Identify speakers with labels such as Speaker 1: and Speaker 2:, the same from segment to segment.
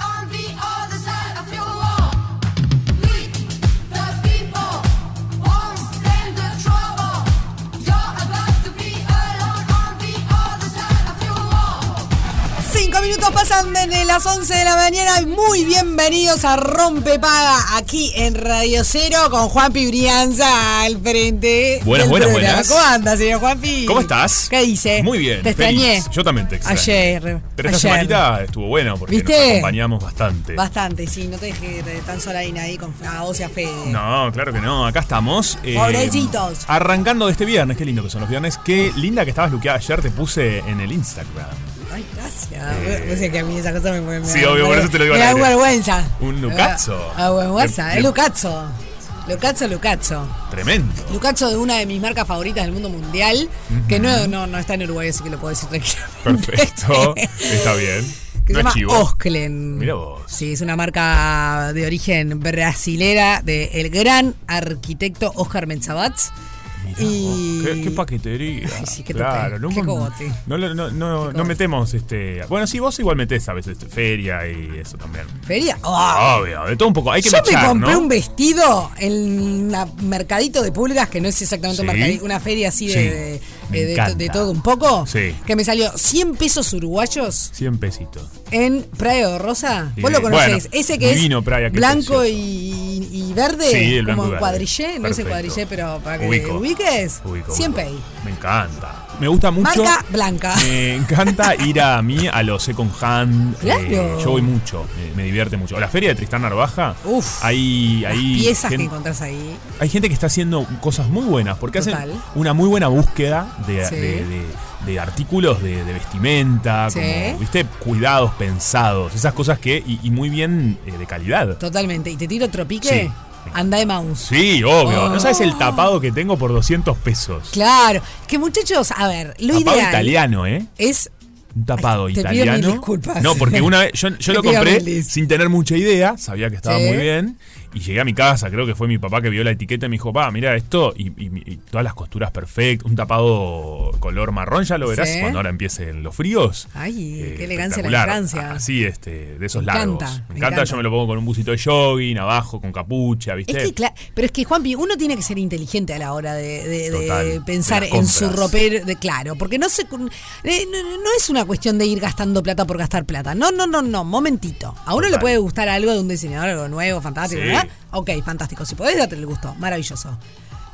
Speaker 1: on the other side of your wall. We, the people, won't stand the trouble. You're about to be alone on the other side of your wall.
Speaker 2: Cinco minutos pasan desde las 11 de la mañana y muy bienvenidos a Rompe Paga aquí en Radio Cero con Juanpi Brianza al frente.
Speaker 3: Buenas,
Speaker 2: del
Speaker 3: buenas,
Speaker 2: programa.
Speaker 3: buenas.
Speaker 2: ¿Cómo andas, señor Juanpi?
Speaker 3: ¿Cómo estás?
Speaker 2: ¿Qué dice?
Speaker 3: Muy bien.
Speaker 2: Te
Speaker 3: feliz.
Speaker 2: extrañé.
Speaker 3: Yo también te extrañé.
Speaker 2: Ayer.
Speaker 3: Pero esta
Speaker 2: ayer.
Speaker 3: semanita eh, estuvo bueno porque
Speaker 2: ¿Viste?
Speaker 3: nos acompañamos bastante.
Speaker 2: Bastante, sí, no te dejé eh, tan sola y nadie con a vos y a Fede.
Speaker 3: No, claro que no. Acá estamos. eh,
Speaker 2: Pobrecitos.
Speaker 3: Arrancando de este viernes. Qué lindo que son los viernes. Qué linda que estabas luqueada ayer. Te puse en el Instagram.
Speaker 2: Ay, gracias. Vos sabés que a mí esa cosa me me-
Speaker 3: Eh, Sí,
Speaker 2: me-
Speaker 3: obvio,
Speaker 2: me-
Speaker 3: por eso te lo digo
Speaker 2: Me
Speaker 3: al
Speaker 2: da
Speaker 3: aire.
Speaker 2: vergüenza.
Speaker 3: Un Lucazzo.
Speaker 2: Ah, vergüenza,
Speaker 3: Le-
Speaker 2: es
Speaker 3: le-
Speaker 2: Lucazzo. Lucazzo, Lucazzo.
Speaker 3: Tremendo.
Speaker 2: Lucacho de una de mis marcas favoritas del mundo mundial, que no, no, no está en Uruguay, así que lo puedo decir tranquilamente.
Speaker 3: Perfecto. Está bien.
Speaker 2: Que se
Speaker 3: no es
Speaker 2: llama
Speaker 3: chivo.
Speaker 2: Osklen.
Speaker 3: Mirá vos.
Speaker 2: Sí, es una marca de origen brasilera del gran arquitecto Oscar Menzabatz.
Speaker 3: Mirá
Speaker 2: Y-
Speaker 3: vos. Qué, qué paquetería.
Speaker 2: Ay, sí, qué
Speaker 3: claro,
Speaker 2: total,
Speaker 3: no,
Speaker 2: qué cogote.
Speaker 3: no, no, no, no metemos este. Bueno, sí, vos igual metés a veces este, feria y eso también.
Speaker 2: Feria. ¡Ah!
Speaker 3: Obvio, de todo un poco. Hay que
Speaker 2: Yo me
Speaker 3: mechar,
Speaker 2: compré
Speaker 3: ¿no?
Speaker 2: un vestido en un mercadito de pulgas, que no es exactamente un
Speaker 3: Sí.
Speaker 2: mercadito, una feria así de,
Speaker 3: Sí,
Speaker 2: de-
Speaker 3: me
Speaker 2: de- de-
Speaker 3: encanta.
Speaker 2: de todo un poco,
Speaker 3: Sí.
Speaker 2: que me salió 100 pesos uruguayos
Speaker 3: 100 pesitos.
Speaker 2: en Praia de Rosa. Vos
Speaker 3: Y-
Speaker 2: lo conocés.
Speaker 3: bueno,
Speaker 2: Ese que
Speaker 3: divino
Speaker 2: es
Speaker 3: Praia, qué
Speaker 2: blanco
Speaker 3: precioso.
Speaker 2: y, y verde,
Speaker 3: Sí, el blanco
Speaker 2: como
Speaker 3: y verde.
Speaker 2: cuadrillé. No ese
Speaker 3: Perfecto.
Speaker 2: cuadrillé, pero para que
Speaker 3: Ubico.
Speaker 2: ubiques,
Speaker 3: Ubico,
Speaker 2: siempre
Speaker 3: ubico.
Speaker 2: ahí.
Speaker 3: Me encanta. Me gusta mucho.
Speaker 2: Marca blanca.
Speaker 3: Me encanta ir a mí a los Second Hand.
Speaker 2: Claro.
Speaker 3: Eh, yo voy mucho, eh, me divierte mucho. La feria de Tristán Narvaja.
Speaker 2: Uf,
Speaker 3: hay,
Speaker 2: Las
Speaker 3: hay
Speaker 2: piezas
Speaker 3: gen-
Speaker 2: que encontrás ahí.
Speaker 3: hay gente que está haciendo cosas muy buenas, porque
Speaker 2: Total.
Speaker 3: hacen una muy buena búsqueda de,
Speaker 2: Sí.
Speaker 3: de- de- de artículos de, de vestimenta,
Speaker 2: Sí.
Speaker 3: como, viste, cuidados pensados, esas cosas que, y, y muy bien eh, de calidad.
Speaker 2: Totalmente. Y te tiro otro pique,
Speaker 3: Sí.
Speaker 2: anda de mouse.
Speaker 3: Sí, obvio.
Speaker 2: Oh.
Speaker 3: No sabes el tapado que tengo por 200 pesos.
Speaker 2: Claro. Que muchachos, a ver, lo
Speaker 3: tapado
Speaker 2: ideal
Speaker 3: italiano, ¿eh?
Speaker 2: es
Speaker 3: Un tapado
Speaker 2: Ay, te pido
Speaker 3: italiano.
Speaker 2: mil disculpas.
Speaker 3: No, porque una vez yo, yo
Speaker 2: Te
Speaker 3: lo
Speaker 2: pido
Speaker 3: compré
Speaker 2: mil dis-
Speaker 3: sin tener mucha idea, sabía que estaba
Speaker 2: Sí.
Speaker 3: muy bien. Y llegué a mi casa, creo que fue mi papá que vio la etiqueta y me dijo, pa, mira esto, y, y- y todas las costuras perfectas, un tapado color marrón, ya lo verás
Speaker 2: Sí.
Speaker 3: cuando ahora empiecen los fríos.
Speaker 2: Ay,
Speaker 3: Eh,
Speaker 2: qué elegancia la
Speaker 3: espectacular.
Speaker 2: elegancia.
Speaker 3: A- Así, este, de esos
Speaker 2: Me encanta,
Speaker 3: largos.
Speaker 2: me
Speaker 3: me encanta,
Speaker 2: encanta.
Speaker 3: yo me lo pongo con un busito de jogging, abajo, con capucha, ¿viste?
Speaker 2: Es que, cla- pero es que, Juanpi, uno tiene que ser inteligente a la hora de, de- de
Speaker 3: Total,
Speaker 2: pensar
Speaker 3: de las
Speaker 2: en su
Speaker 3: compras.
Speaker 2: ropero, de, claro, porque no, se, eh, no, no es una cuestión de ir gastando plata por gastar plata. No, no, no, no, momentito. A uno le
Speaker 3: Total.
Speaker 2: puede gustar algo de un diseñador, algo nuevo, fantástico,
Speaker 3: Sí.
Speaker 2: ¿verdad? Ok, fantástico. Si podés, date el gusto, maravilloso.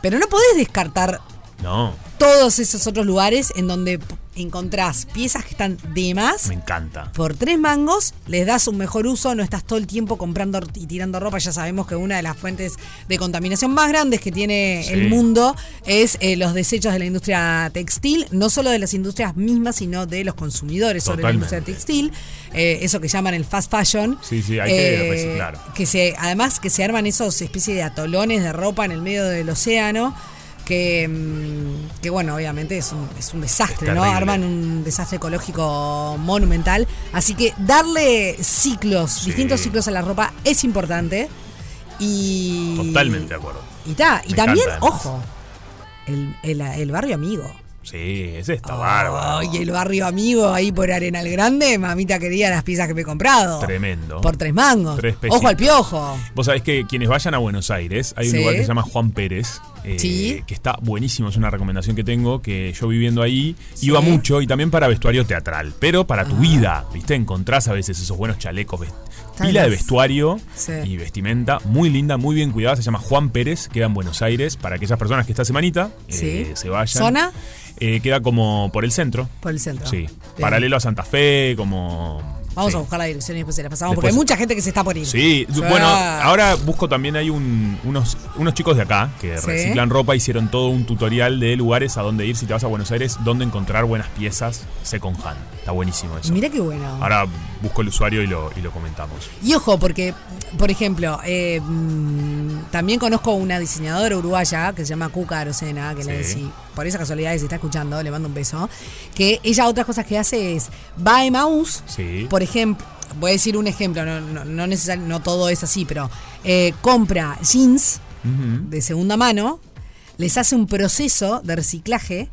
Speaker 2: Pero no podés descartar
Speaker 3: No,
Speaker 2: todos esos otros lugares en donde p- encontrás piezas que están de más
Speaker 3: me encanta.
Speaker 2: por tres mangos les das un mejor uso, no estás todo el tiempo comprando y tirando ropa. Ya sabemos que una de las fuentes de contaminación más grandes que tiene
Speaker 3: Sí.
Speaker 2: el mundo es eh, los desechos de la industria textil, no solo de las industrias mismas, sino de los consumidores sobre la
Speaker 3: Totalmente.
Speaker 2: industria textil, eh, eso que llaman el fast fashion. Eh,
Speaker 3: Sí, sí, hay que reciclar.
Speaker 2: Que se, además que se arman esos especies de atolones de ropa en el medio del océano. Que, mm, que bueno, obviamente es un, es un desastre,
Speaker 3: Es
Speaker 2: ¿no?
Speaker 3: terrible.
Speaker 2: Arman un desastre ecológico monumental. Así que darle ciclos, distintos ciclos a la ropa es importante. Y.
Speaker 3: Totalmente de acuerdo.
Speaker 2: Y, ta, y
Speaker 3: Me
Speaker 2: también,
Speaker 3: encanta, además.
Speaker 2: ojo, el, el- el barrio amigo.
Speaker 3: Sí, ese está
Speaker 2: Ay,
Speaker 3: bárbaro.
Speaker 2: el barrio amigo ahí por Arenal Grande, mamita quería las pizzas que me he comprado.
Speaker 3: Tremendo.
Speaker 2: Por tres mangos.
Speaker 3: Tres pesitos.
Speaker 2: Ojo al piojo.
Speaker 3: Vos sabés que quienes vayan a Buenos Aires, hay un
Speaker 2: Sí.
Speaker 3: lugar que se llama Juan Pérez, eh,
Speaker 2: Sí.
Speaker 3: que está buenísimo, es una recomendación que tengo, que yo viviendo ahí iba mucho y también para vestuario teatral, pero para
Speaker 2: Ah.
Speaker 3: tu vida, ¿viste? Encontrás a veces esos buenos chalecos, vest-
Speaker 2: Tal
Speaker 3: pila de
Speaker 2: vez.
Speaker 3: vestuario
Speaker 2: Sí.
Speaker 3: y vestimenta, muy linda, muy bien cuidada, se llama Juan Pérez, queda en Buenos Aires, para aquellas personas que esta semanita eh,
Speaker 2: Sí.
Speaker 3: se vayan.
Speaker 2: ¿Zona?
Speaker 3: Eh, queda como por el centro.
Speaker 2: Por el centro.
Speaker 3: Sí,
Speaker 2: Bien.
Speaker 3: paralelo a Santa Fe, como...
Speaker 2: Vamos
Speaker 3: sí.
Speaker 2: a buscar la dirección y después se la pasamos, porque
Speaker 3: Después-
Speaker 2: hay mucha gente que se está por ir.
Speaker 3: Sí,
Speaker 2: Ah.
Speaker 3: bueno, ahora busco también hay un- unos, unos chicos de acá que
Speaker 2: Sí.
Speaker 3: reciclan ropa, hicieron todo un tutorial de lugares a dónde ir si te vas a Buenos Aires, dónde encontrar buenas piezas second hand. Está buenísimo eso.
Speaker 2: Mira qué bueno.
Speaker 3: Ahora busco el usuario y lo, y lo comentamos.
Speaker 2: Y ojo, porque, por ejemplo, eh, mm, también conozco una diseñadora uruguaya que se llama Cuca Arocena, que le
Speaker 3: Sí.
Speaker 2: decí, por esa casualidad que se está escuchando, le mando un beso, que ella otras cosas que hace es, va a Emaús,
Speaker 3: Sí.
Speaker 2: por ejemplo, voy a decir un ejemplo, no, no, no, necesar- no todo es así, pero eh, compra jeans de segunda mano, les hace un proceso de reciclaje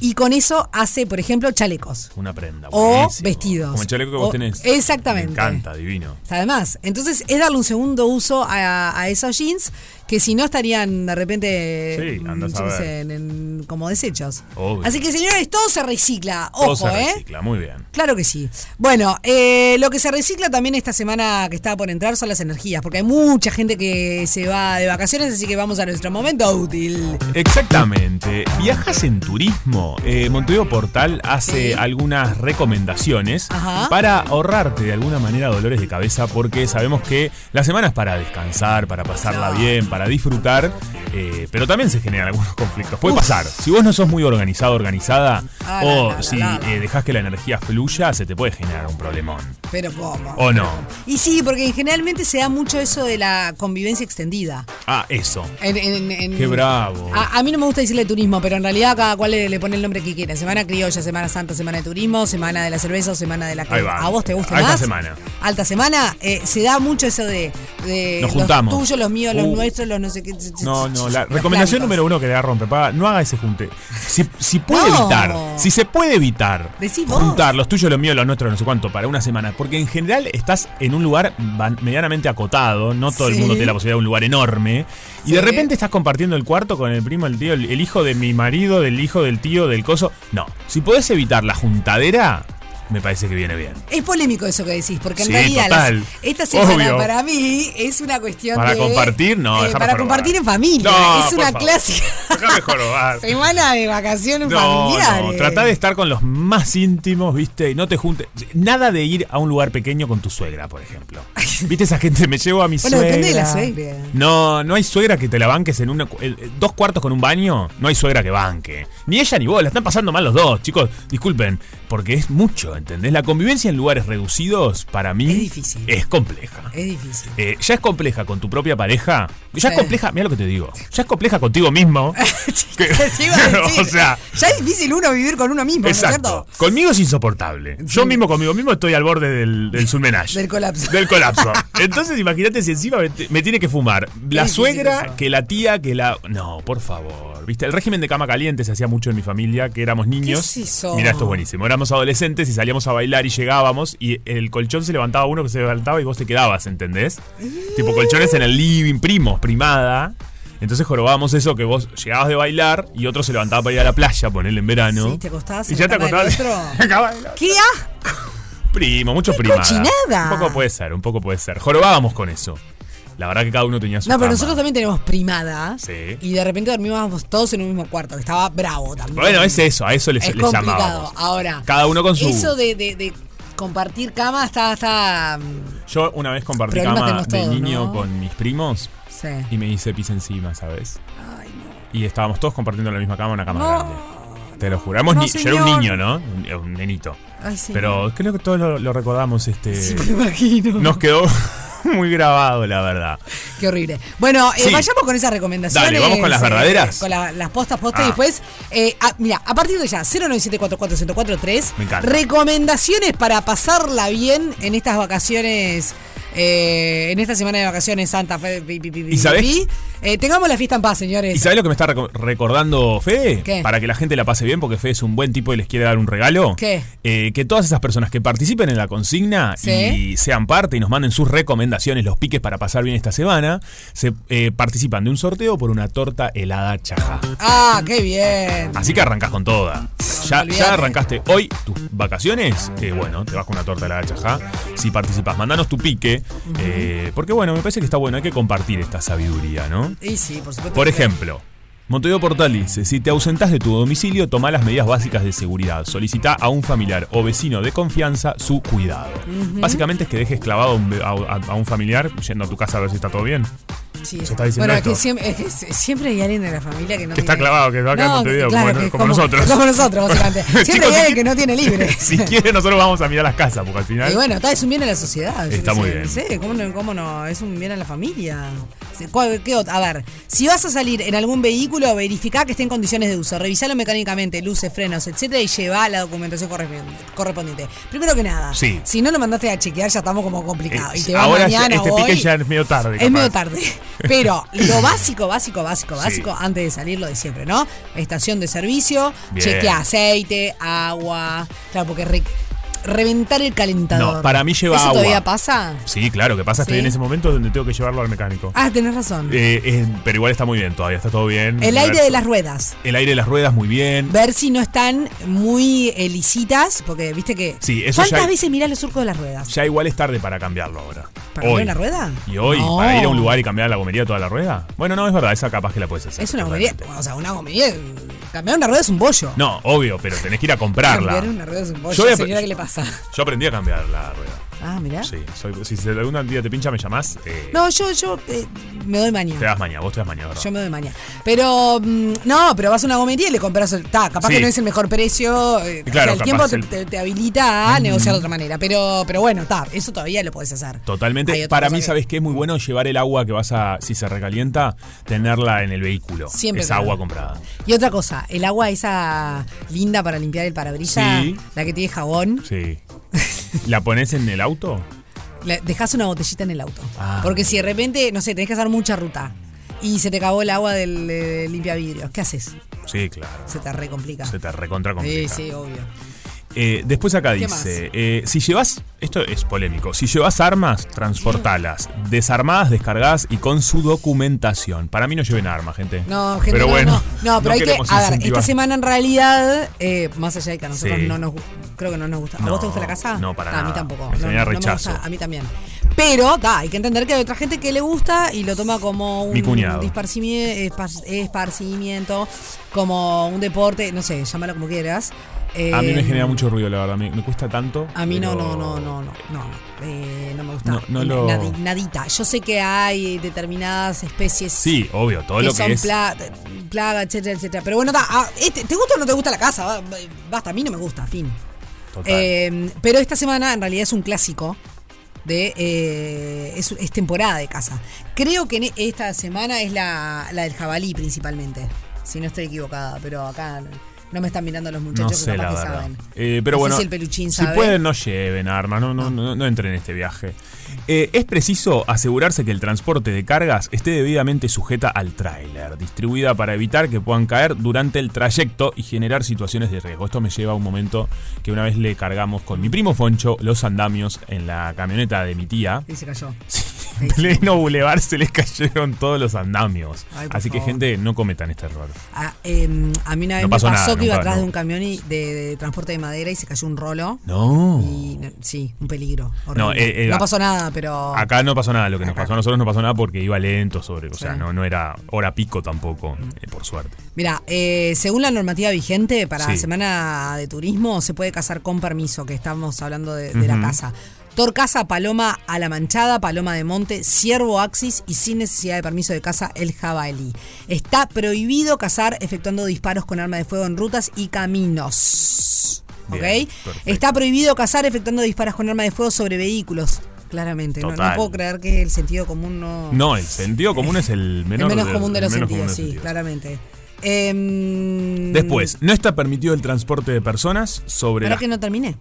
Speaker 2: y con eso hace, por ejemplo, chalecos.
Speaker 3: Una prenda.
Speaker 2: O
Speaker 3: buenísimo.
Speaker 2: vestidos.
Speaker 3: Como el chaleco que vos
Speaker 2: O-
Speaker 3: tenés.
Speaker 2: exactamente.
Speaker 3: Me encanta, divino.
Speaker 2: Está de más. Entonces es darle un segundo uso a, a esos jeans que si no estarían de repente
Speaker 3: Sí, andás
Speaker 2: mm, yo qué
Speaker 3: a ver.
Speaker 2: sé, en- en- como desechos.
Speaker 3: Obvio.
Speaker 2: Así que señores, todo se recicla. Ojo,
Speaker 3: Todo se
Speaker 2: ¿eh?
Speaker 3: recicla, muy bien.
Speaker 2: Claro que sí. Bueno, eh, lo que se recicla también esta semana que está por entrar son las energías, porque hay mucha gente que se va de vacaciones, así que vamos a nuestro momento útil.
Speaker 3: Exactamente. ¿Viajas en turismo? Eh, Montevideo Portal hace algunas recomendaciones
Speaker 2: Ajá.
Speaker 3: para ahorrarte de alguna manera dolores de cabeza porque sabemos que la semana es para descansar, para pasarla
Speaker 2: Ah.
Speaker 3: bien, para disfrutar, eh, pero también se generan algunos conflictos. Puede pasar. Si vos no sos muy organizado, organizada,
Speaker 2: Ah, la,
Speaker 3: o
Speaker 2: la, la,
Speaker 3: si
Speaker 2: la, la.
Speaker 3: eh, dejás que la energía fluya, se te puede generar un problemón.
Speaker 2: Pero ¿cómo?
Speaker 3: ¿O no?
Speaker 2: Y sí, porque generalmente se da mucho eso de la convivencia extendida.
Speaker 3: Ah, eso.
Speaker 2: En- en- en-
Speaker 3: Qué bravo.
Speaker 2: A, a mí no me gusta decirle turismo, pero en realidad cada cual le, le pone el nombre que quiera. Semana criolla, Semana Santa, Semana de Turismo, Semana de la Cerveza o Semana de la
Speaker 3: Ahí va.
Speaker 2: ¿A vos te gusta
Speaker 3: Alta
Speaker 2: más?
Speaker 3: semana.
Speaker 2: Alta semana. eh, se da mucho eso de, de
Speaker 3: Nos juntamos.
Speaker 2: los tuyos, los míos, los
Speaker 3: Uh.
Speaker 2: nuestros, los no sé qué.
Speaker 3: No, no, la recomendación número uno que le da rompepaga, no haga ese junte. Si, si puede
Speaker 2: No.
Speaker 3: evitar, si se puede evitar
Speaker 2: Decí vos.
Speaker 3: juntar los tuyos, los míos, los nuestros, no sé cuánto, para una semana, porque en general estás en un lugar van- medianamente acotado, no todo el
Speaker 2: Sí.
Speaker 3: mundo tiene la posibilidad de un lugar enorme, y de
Speaker 2: Sí.
Speaker 3: repente estás compartiendo el cuarto con el primo, el tío, el, el hijo de mi marido, del hijo del tío, del coso. No, si podés evitar la juntadera, me parece que viene bien.
Speaker 2: Es polémico eso que decís, porque en
Speaker 3: Sí,
Speaker 2: realidad las-
Speaker 3: total.
Speaker 2: esta semana
Speaker 3: Obvio.
Speaker 2: para mí es una cuestión
Speaker 3: Para
Speaker 2: de-
Speaker 3: compartir, no,
Speaker 2: eh,
Speaker 3: dejame
Speaker 2: para
Speaker 3: jorobar.
Speaker 2: compartir en familia.
Speaker 3: No,
Speaker 2: es
Speaker 3: por
Speaker 2: una
Speaker 3: favor.
Speaker 2: clásica.
Speaker 3: Déjame jorobar.
Speaker 2: Semana de vacaciones
Speaker 3: No,
Speaker 2: familiares.
Speaker 3: no, tratá de estar con los más íntimos, ¿viste? Y no te juntes. Nada de ir a un lugar pequeño con tu suegra, por ejemplo. ¿Viste esa gente? Me llevo a mi
Speaker 2: Bueno,
Speaker 3: suegra.
Speaker 2: depende de la suegra.
Speaker 3: No, no hay suegra que te la banques en una, cu- el- el- dos cuartos con un baño. No hay suegra que banque. Ni ella ni vos. La están pasando mal los dos, chicos. Disculpen, porque es mucho, ¿entendés? La convivencia en lugares reducidos, para mí,
Speaker 2: Es difícil.
Speaker 3: Es compleja.
Speaker 2: Es difícil.
Speaker 3: Eh, ya es compleja con tu propia pareja. Ya es
Speaker 2: Sí.
Speaker 3: compleja, mira lo que te digo. Ya es compleja contigo mismo. Que-
Speaker 2: Te iba a decir,
Speaker 3: o sea,
Speaker 2: ya es difícil uno vivir con uno mismo, ¿no es
Speaker 3: Exacto.
Speaker 2: cierto?
Speaker 3: Conmigo es insoportable. Yo mismo conmigo mismo estoy al borde del, del surmenage.
Speaker 2: Del colapso.
Speaker 3: Del colapso. Entonces imagínate si encima me, me tiene que fumar. La
Speaker 2: difícil
Speaker 3: suegra,
Speaker 2: eso.
Speaker 3: que la tía, que la... No, por favor. ¿Viste? El régimen de cama caliente se hacía mucho en mi familia, que éramos niños.
Speaker 2: es eso?
Speaker 3: Mira, esto es buenísimo. Éramos adolescentes y salíamos a bailar y llegábamos y el colchón se levantaba uno que se levantaba y vos te quedabas, ¿entendés? Tipo colchones en el living, primos, primada. Entonces jorobábamos eso que vos llegabas de bailar y otro se levantaba para ir a la playa, ponerle en verano.
Speaker 2: Sí, te acostabas
Speaker 3: Y
Speaker 2: en
Speaker 3: ya
Speaker 2: la
Speaker 3: te
Speaker 2: cama del
Speaker 3: acostabas.
Speaker 2: otro.
Speaker 3: Acaba de-
Speaker 2: ¿Qué? Ah,
Speaker 3: primo, mucho primo.
Speaker 2: cochinada!
Speaker 3: Un poco puede ser, un poco puede ser. Jorobábamos con eso. La verdad que cada uno tenía su
Speaker 2: No, pero
Speaker 3: cama.
Speaker 2: nosotros también tenemos primada.
Speaker 3: Sí.
Speaker 2: Y de repente dormíamos todos en un mismo cuarto, que estaba bravo también.
Speaker 3: Bueno, es eso, a eso le,
Speaker 2: Es
Speaker 3: le
Speaker 2: complicado.
Speaker 3: llamábamos.
Speaker 2: Ahora,
Speaker 3: Cada uno con su.
Speaker 2: eso de, de- de compartir cama está. está mm,
Speaker 3: Yo una vez compartí
Speaker 2: Problemas
Speaker 3: cama
Speaker 2: tenemos
Speaker 3: de
Speaker 2: todos,
Speaker 3: niño
Speaker 2: ¿no?
Speaker 3: con mis primos
Speaker 2: sí.
Speaker 3: y me hice pis encima, ¿sabes? Y estábamos todos compartiendo la misma cama, una cama grande. Te lo juramos,
Speaker 2: no,
Speaker 3: ni- yo era un
Speaker 2: señor.
Speaker 3: niño, ¿no? Un, un nenito.
Speaker 2: Ay, sí.
Speaker 3: Pero creo que todos lo, lo recordamos, este.
Speaker 2: Me imagino.
Speaker 3: Nos quedó muy grabado, la verdad.
Speaker 2: Qué horrible. Bueno, eh,
Speaker 3: Sí.
Speaker 2: vayamos con esas recomendaciones.
Speaker 3: Dale, ¿vamos con las
Speaker 2: eh,
Speaker 3: verdaderas?
Speaker 2: con la- las postas, postas
Speaker 3: Ah.
Speaker 2: y después. eh, a- mira, a partir de ya, 097441043.
Speaker 3: Me encanta.
Speaker 2: Recomendaciones para pasarla bien en estas vacaciones eh, en esta semana de vacaciones, Santa Fe. pi, pi, pi, pi,
Speaker 3: ¿Y sabés?
Speaker 2: pi. Eh, tengamos la fiesta en paz, señores.
Speaker 3: ¿Y sabes lo que me está reco- recordando Fede?
Speaker 2: ¿Qué?
Speaker 3: Para que la gente la pase bien, porque Fede es un buen tipo y les quiere dar un regalo.
Speaker 2: ¿Qué?
Speaker 3: Eh, que todas esas personas que participen en la consigna
Speaker 2: Sí.
Speaker 3: y sean parte y nos manden sus recomendaciones, los piques para pasar bien esta semana, se eh, participan de un sorteo por una torta helada chaja.
Speaker 2: Ah, qué bien.
Speaker 3: Así que arrancás con toda. Ya,
Speaker 2: Olvídate.
Speaker 3: ya arrancaste hoy tus vacaciones. eh, bueno, te vas con una torta helada chajá. Si participas, mandanos tu pique. eh, porque bueno, me parece que está bueno. Hay que compartir esta sabiduría, ¿no?
Speaker 2: Y sí, por supuesto.
Speaker 3: Por
Speaker 2: que-
Speaker 3: ejemplo, Montevideo Portal dice, si te ausentás de tu domicilio, toma las medidas básicas de seguridad. Solicita a un familiar o vecino de confianza su cuidado. Básicamente es que dejes clavado a un be- a, a- a un familiar yendo a tu casa a ver si está todo bien.
Speaker 2: Sí.
Speaker 3: Se está diciendo
Speaker 2: bueno, es
Speaker 3: esto.
Speaker 2: que siempre, es que s- siempre hay alguien de la familia que no
Speaker 3: Que está
Speaker 2: tiene-
Speaker 3: clavado, que va acá en
Speaker 2: No,
Speaker 3: Montevideo,
Speaker 2: claro,
Speaker 3: como-
Speaker 2: que es
Speaker 3: como nosotros.
Speaker 2: Como nosotros, básicamente. Siempre
Speaker 3: Chicos,
Speaker 2: hay
Speaker 3: si
Speaker 2: alguien
Speaker 3: qui-
Speaker 2: que no tiene libre.
Speaker 3: si quiere, nosotros vamos a mirar las casas, porque al final...
Speaker 2: Y bueno, está, es un bien a la sociedad. yo
Speaker 3: Está
Speaker 2: qué
Speaker 3: muy
Speaker 2: sé,
Speaker 3: bien.
Speaker 2: No sé, ¿cómo no, cómo no? Es un bien a la familia. Se- ¿cuál- qué ot- a ver, si vas a salir en algún vehículo, verificá que esté en condiciones de uso. Revisalo mecánicamente, luces, frenos, etcétera, y llevá la documentación correspe- correspondiente. Primero que nada,
Speaker 3: Sí.
Speaker 2: si no lo mandaste a chequear, ya estamos como complicados.
Speaker 3: Eh,
Speaker 2: y te vas
Speaker 3: ahora ya-
Speaker 2: mañana
Speaker 3: este
Speaker 2: o hoy,
Speaker 3: pique ya es medio tarde,
Speaker 2: Es
Speaker 3: capaz.
Speaker 2: medio tarde. Pero lo básico, básico, básico,
Speaker 3: Sí.
Speaker 2: básico, antes de salir, lo de siempre, ¿no? Estación de servicio,
Speaker 3: Bien.
Speaker 2: chequea aceite, agua. Claro, porque re- reventar el calentador.
Speaker 3: No, para mí lleva
Speaker 2: ¿Eso
Speaker 3: agua.
Speaker 2: todavía pasa?
Speaker 3: Sí, claro, que pasa, estoy
Speaker 2: Sí.
Speaker 3: en ese momento donde tengo que llevarlo al mecánico.
Speaker 2: Ah, tenés razón.
Speaker 3: Eh, eh, pero igual está muy bien todavía, está todo bien.
Speaker 2: el aire de las ruedas.
Speaker 3: El aire de las ruedas, muy bien.
Speaker 2: Ver si no están muy eh, lisitas, porque viste que.
Speaker 3: Sí, eso
Speaker 2: ¿Cuántas
Speaker 3: ya-
Speaker 2: veces mirás los surcos de las ruedas?
Speaker 3: Ya igual es tarde para cambiarlo ahora.
Speaker 2: ¿Para cambiar
Speaker 3: hoy.
Speaker 2: la rueda?
Speaker 3: ¿Y hoy?
Speaker 2: No.
Speaker 3: ¿Para ir a un lugar y cambiar la gomería toda la rueda? Bueno, no, es verdad, esa capaz que la puedes hacer.
Speaker 2: Es una gomería.
Speaker 3: totalmente.
Speaker 2: O sea, una gomería. Cambiar una rueda es un bollo.
Speaker 3: No, obvio, pero tenés que ir a comprarla.
Speaker 2: Cambiar una rueda es un bollo.
Speaker 3: Yo voy a-
Speaker 2: señora, ¿qué le pasa?
Speaker 3: Yo aprendí a cambiar la rueda.
Speaker 2: Ah, mirá.
Speaker 3: Sí, soy- si se- algún día te pincha, me llamás. eh,
Speaker 2: No, yo, yo eh, me doy maña.
Speaker 3: Te das mañana, vos te das mañana, ¿verdad?
Speaker 2: Yo me doy mañana. Pero, mm, no, pero vas a una gomería y le compras el. Ta, capaz
Speaker 3: Sí.
Speaker 2: que no es el mejor precio. eh,
Speaker 3: Y claro,
Speaker 2: o sea, el tiempo
Speaker 3: capaz
Speaker 2: te,
Speaker 3: el-
Speaker 2: te- te habilita a negociar de otra manera. Pero, pero bueno, ta, eso todavía lo podés hacer. Hay
Speaker 3: Totalmente.
Speaker 2: otra
Speaker 3: Para
Speaker 2: cosa
Speaker 3: mí,
Speaker 2: que-
Speaker 3: ¿sabes qué? Es muy bueno llevar el agua que vas a, si se recalienta, tenerla en el vehículo.
Speaker 2: Siempre
Speaker 3: Es
Speaker 2: con
Speaker 3: agua
Speaker 2: agua.
Speaker 3: comprada.
Speaker 2: Y otra cosa, el agua esa linda para limpiar el parabrisas,
Speaker 3: Sí.
Speaker 2: la que tiene jabón,
Speaker 3: Sí. ¿La pones en el auto?
Speaker 2: la- dejás una botellita en el auto.
Speaker 3: Ah.
Speaker 2: Porque si de repente, no sé, tenés que hacer mucha ruta y se te acabó el agua del eh, limpiavidrios, ¿qué haces?
Speaker 3: Sí, claro.
Speaker 2: Se te recomplica.
Speaker 3: Se te recontra
Speaker 2: Sí,
Speaker 3: complica.
Speaker 2: sí, obvio.
Speaker 3: Eh, después acá
Speaker 2: ¿Qué más?
Speaker 3: dice, eh, si llevas, esto es polémico, si llevas armas, transportalas, desarmadas, descargadas y con su documentación. Para mí no lleven armas, gente.
Speaker 2: No, gente,
Speaker 3: pero
Speaker 2: no,
Speaker 3: bueno,
Speaker 2: no, no, pero hay que.
Speaker 3: queremos
Speaker 2: A ver, este
Speaker 3: incentivar.
Speaker 2: esta semana en realidad, eh, más allá de que a nosotros
Speaker 3: Sí.
Speaker 2: no nos gu- creo que no nos gusta. ¿A
Speaker 3: No,
Speaker 2: vos te gusta la casa?
Speaker 3: no, para
Speaker 2: Ah, A mí
Speaker 3: nada.
Speaker 2: tampoco.
Speaker 3: Me
Speaker 2: No,
Speaker 3: genera
Speaker 2: no me gusta,
Speaker 3: rechazo.
Speaker 2: a mí también. Pero, ta, hay que entender que hay otra gente que le gusta y lo toma como un
Speaker 3: Mi cuñado.
Speaker 2: disparcimie- espar- esparcimiento, como un deporte, no sé, llámalo como quieras.
Speaker 3: A mí me
Speaker 2: Eh,
Speaker 3: genera mucho ruido, la verdad, me, me cuesta tanto.
Speaker 2: a mí no, no,
Speaker 3: pero-
Speaker 2: no, no, no, no, no, eh, no me gusta.
Speaker 3: No, no lo-
Speaker 2: Nadi- nadita. Yo sé que hay determinadas especies
Speaker 3: Sí, obvio, todo lo
Speaker 2: que son
Speaker 3: que es...
Speaker 2: pla- plaga, etcétera, etcétera. Pero bueno, ta, ah, este, ¿te gusta o no te gusta la casa? Va- va- Basta, a mí no me gusta, fin.
Speaker 3: Total.
Speaker 2: Eh, pero esta semana en realidad es un clásico. De, eh, es, es temporada de casa. Creo que en esta semana es la, la del jabalí principalmente. Si no estoy equivocada, pero acá no me están mirando los
Speaker 3: no
Speaker 2: muchachos que
Speaker 3: sé,
Speaker 2: capaz
Speaker 3: la
Speaker 2: que
Speaker 3: verdad.
Speaker 2: saben.
Speaker 3: Eh,
Speaker 2: No
Speaker 3: pero
Speaker 2: sé
Speaker 3: bueno,
Speaker 2: si el peluchín
Speaker 3: si
Speaker 2: sabe.
Speaker 3: pueden, no lleven armas, no, no, no, no entren en este viaje. Eh, es preciso asegurarse que el transporte de cargas esté debidamente sujeta al tráiler, distribuida para evitar que puedan caer durante el trayecto y generar situaciones de riesgo. Esto me lleva a un momento que una vez le cargamos con mi primo Foncho los andamios en la camioneta de mi tía.
Speaker 2: Y se cayó.
Speaker 3: En pleno bulevar se les cayeron todos los andamios.
Speaker 2: Ay, por
Speaker 3: Así que,
Speaker 2: favor.
Speaker 3: gente, no cometan este error.
Speaker 2: A, em, a mí una vez
Speaker 3: No
Speaker 2: me
Speaker 3: pasó
Speaker 2: pasó
Speaker 3: nada,
Speaker 2: que iba
Speaker 3: nunca,
Speaker 2: atrás
Speaker 3: no.
Speaker 2: de un camión y- de, de transporte de madera y se cayó un rolo.
Speaker 3: No.
Speaker 2: Y no- sí, un peligro. horrible. No,
Speaker 3: No, eh, eh, a-
Speaker 2: pasó nada, pero.
Speaker 3: Acá no pasó nada, lo que nos
Speaker 2: Acá.
Speaker 3: pasó a nosotros no pasó nada porque iba lento sobre, o sea,
Speaker 2: Sí. Mm.
Speaker 3: no, no era hora pico tampoco, eh, por suerte.
Speaker 2: Mira, eh, según la normativa vigente para
Speaker 3: Sí.
Speaker 2: la semana de turismo, se puede cazar con permiso, que estamos hablando de, de la casa. Torcaza, paloma a la manchada, paloma de monte, ciervo axis y sin necesidad de permiso de caza, el jabalí. Está prohibido cazar efectuando disparos con arma de fuego en rutas y caminos. ¿Ok?
Speaker 3: Bien, perfecto.
Speaker 2: Está prohibido cazar efectuando disparos con arma de fuego sobre vehículos. Claramente, no, no
Speaker 3: Total.
Speaker 2: puedo creer que el sentido común no...
Speaker 3: No, el sentido común es el menor
Speaker 2: el menos común de los
Speaker 3: el menos común
Speaker 2: sentidos, sí,
Speaker 3: de los sentidos.
Speaker 2: claramente. Em,
Speaker 3: Después, no está permitido el transporte de personas sobre
Speaker 2: Pero
Speaker 3: las-
Speaker 2: que no terminé.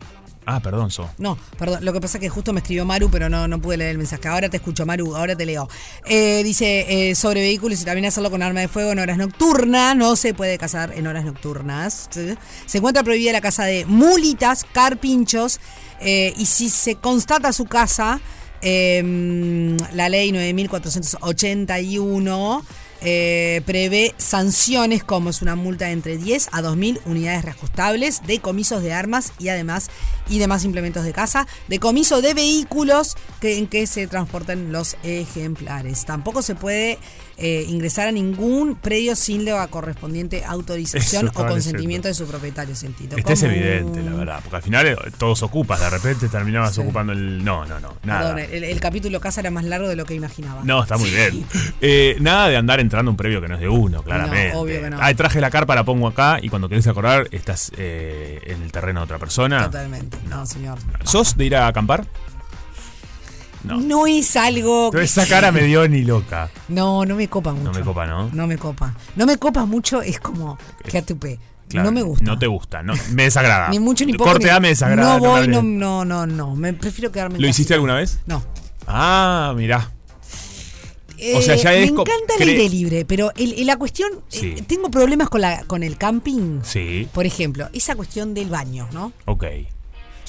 Speaker 3: Ah, perdón, So.
Speaker 2: No, perdón, lo que pasa es que justo me escribió Maru, pero no, no pude leer el mensaje. Ahora te escucho, Maru, ahora te leo. Eh, dice, eh, sobre vehículos y también hacerlo con arma de fuego en horas nocturnas. No se puede cazar en horas nocturnas. ¿sí? Se encuentra prohibida la caza de mulitas, carpinchos, eh, y si se constata su caza, eh, la ley 9481 eh, prevé sanciones como es una multa de entre 10 a 2.000 unidades reajustables, decomisos de armas y además y demás implementos de caza, decomiso de vehículos que, en que se transportan los ejemplares. Tampoco se puede eh, ingresar a ningún predio sin la correspondiente autorización
Speaker 3: Eso
Speaker 2: o
Speaker 3: estaba
Speaker 2: conocimiento de su propietario. Sentido
Speaker 3: Este es
Speaker 2: común.
Speaker 3: evidente, la verdad. Porque al final eh, todos ocupas, de repente terminabas ocupando el. No, no, no. Nada.
Speaker 2: Perdón, el, el capítulo casa era más largo de lo que imaginaba.
Speaker 3: No, está muy bien. Eh, nada de andar entrando a un previo que no es de uno, claramente.
Speaker 2: obvio que no.
Speaker 3: Ay, traje la carpa, la pongo acá y cuando querés acordar, estás eh, en el terreno de otra persona.
Speaker 2: Totalmente. No, señor.
Speaker 3: ¿Sos de ir a acampar? No.
Speaker 2: No, es algo.
Speaker 3: Pero
Speaker 2: que-
Speaker 3: esa cara me dio ni loca.
Speaker 2: No, no me copa mucho.
Speaker 3: No me copa, ¿no?
Speaker 2: No me copa. No me copa mucho, es como que atupé.
Speaker 3: Claro,
Speaker 2: no me gusta.
Speaker 3: No te gusta, no, me desagrada.
Speaker 2: Ni mucho ni poco.
Speaker 3: Corte
Speaker 2: ni-
Speaker 3: A me desagrada.
Speaker 2: No voy, no,
Speaker 3: totalmente.
Speaker 2: no, no, no. Me prefiero quedarme en
Speaker 3: ¿Lo
Speaker 2: casa.
Speaker 3: hiciste alguna vez?
Speaker 2: No.
Speaker 3: Ah, mirá. O
Speaker 2: Eh,
Speaker 3: sea, ya es
Speaker 2: Me
Speaker 3: co-
Speaker 2: encanta el
Speaker 3: cre-
Speaker 2: aire libre, pero el- el- la cuestión. eh,
Speaker 3: Sí.
Speaker 2: tengo problemas con, la, con el camping.
Speaker 3: Sí,
Speaker 2: Por ejemplo, esa cuestión del baño, ¿no?
Speaker 3: ok.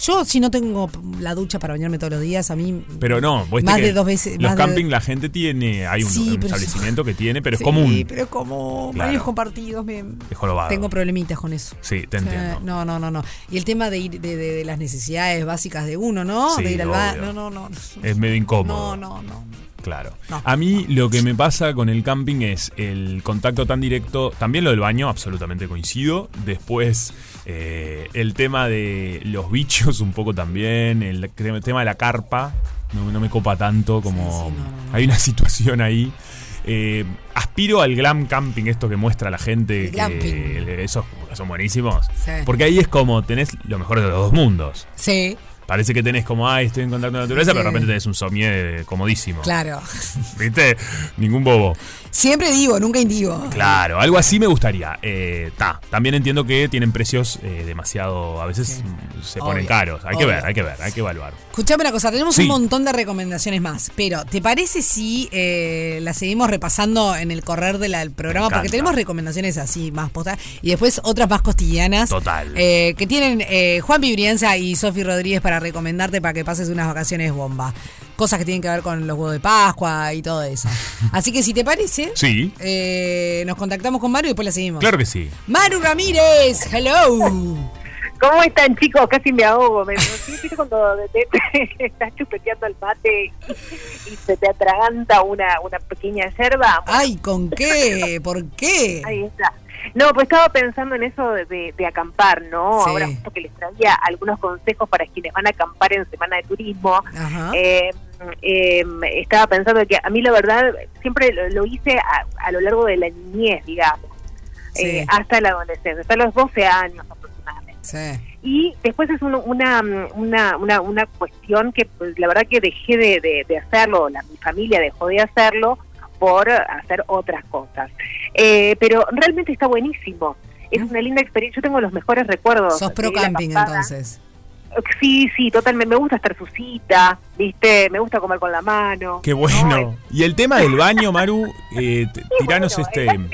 Speaker 2: Yo, si no tengo la ducha para bañarme todos los días, a mí.
Speaker 3: Pero no, vos viste
Speaker 2: Más
Speaker 3: que
Speaker 2: de dos veces.
Speaker 3: Los
Speaker 2: más de-
Speaker 3: camping la gente tiene, hay un,
Speaker 2: Sí,
Speaker 3: un
Speaker 2: pero-
Speaker 3: establecimiento que tiene, pero
Speaker 2: Sí,
Speaker 3: es común.
Speaker 2: pero como
Speaker 3: Claro.
Speaker 2: baños compartidos, me,
Speaker 3: Es jorobado.
Speaker 2: tengo problemitas con eso.
Speaker 3: Sí, te
Speaker 2: O sea,
Speaker 3: entiendo.
Speaker 2: no, no, no, no. Y el tema de ir de, de- de las necesidades básicas de uno, ¿no?
Speaker 3: Sí,
Speaker 2: de ir al baño.
Speaker 3: obvio.
Speaker 2: No, no, no.
Speaker 3: Es medio incómodo.
Speaker 2: No, no, no.
Speaker 3: Claro.
Speaker 2: No.
Speaker 3: A mí lo que me pasa con el camping es el contacto tan directo, también lo del baño, absolutamente coincido. Después eh, el tema de los bichos un poco también, el cre- tema de la carpa, no, no me copa tanto como...
Speaker 2: Sí, sí, no, no, no.
Speaker 3: Hay una situación ahí. Eh, aspiro al glam camping, esto que muestra la gente,
Speaker 2: El glamping.
Speaker 3: que le- esos que son buenísimos.
Speaker 2: Sí.
Speaker 3: Porque ahí es como tenés lo mejor de los dos mundos.
Speaker 2: Sí,
Speaker 3: Parece que tenés como, ay, estoy en contacto con la naturaleza, pero de
Speaker 2: Sí.
Speaker 3: repente tenés un sommier comodísimo.
Speaker 2: claro.
Speaker 3: ¿Viste? Ningún bobo.
Speaker 2: Siempre digo, nunca indigo.
Speaker 3: Claro, algo así me gustaría. Eh, ta, también entiendo que tienen precios eh, demasiado. A veces mm, se ponen
Speaker 2: Obvio,
Speaker 3: caros. Hay que
Speaker 2: obvio.
Speaker 3: ver, hay que ver, hay que evaluar.
Speaker 2: Escuchame una cosa, tenemos
Speaker 3: Sí.
Speaker 2: un montón de recomendaciones más, pero ¿te parece si eh, las seguimos repasando en el correr de la- del programa? Porque
Speaker 3: encanta.
Speaker 2: tenemos recomendaciones así más postas y después otras más cotidianas.
Speaker 3: Total.
Speaker 2: eh, que tienen eh, Juan Vibrianza y Sofi Rodríguez para recomendarte para que pases unas vacaciones bomba. Cosas que tienen que ver con los huevos de Pascua y todo eso. Así que si te parece,
Speaker 3: Sí.
Speaker 2: eh, nos contactamos con Maru y después la seguimos.
Speaker 3: Claro que sí.
Speaker 2: Maru Ramírez, hello.
Speaker 4: ¿Cómo están, chicos? Casi me ahogo. Me ¿Viste cuando de- de- estás chupeteando el mate y, y se te atraganta una, una pequeña yerba?
Speaker 2: Ay, ¿con qué? ¿Por qué?
Speaker 4: Ahí está. No, pues estaba pensando en eso de, de- de acampar, ¿no?
Speaker 2: Sí.
Speaker 4: Ahora justo que les traía algunos consejos para quienes van a acampar en Semana de Turismo.
Speaker 2: Ajá.
Speaker 4: Eh, eh, estaba pensando que a mí la verdad siempre lo, lo hice a, a lo largo de la niñez, digamos,
Speaker 2: Sí.
Speaker 4: eh, hasta la adolescencia, hasta los 12 años aproximadamente.
Speaker 2: Sí.
Speaker 4: Y después es un- una, mm, una, una, una cuestión que pues, la verdad que dejé de, de- de hacerlo, la, mi familia dejó de hacerlo por hacer otras cosas. Eh, pero realmente está buenísimo. Es una linda experiencia. Yo tengo los mejores recuerdos.
Speaker 2: Sos
Speaker 4: de
Speaker 2: pro
Speaker 4: ir a
Speaker 2: camping
Speaker 4: acampada.
Speaker 2: entonces.
Speaker 4: Sí, sí, totalmente. Me gusta estar sucita, ¿viste? Me gusta comer con la mano.
Speaker 3: Qué
Speaker 4: No,
Speaker 3: bueno. Y el tema del baño, Maru, eh, t-
Speaker 4: Sí,
Speaker 3: tiranos
Speaker 4: bueno,
Speaker 3: este.
Speaker 4: el baño-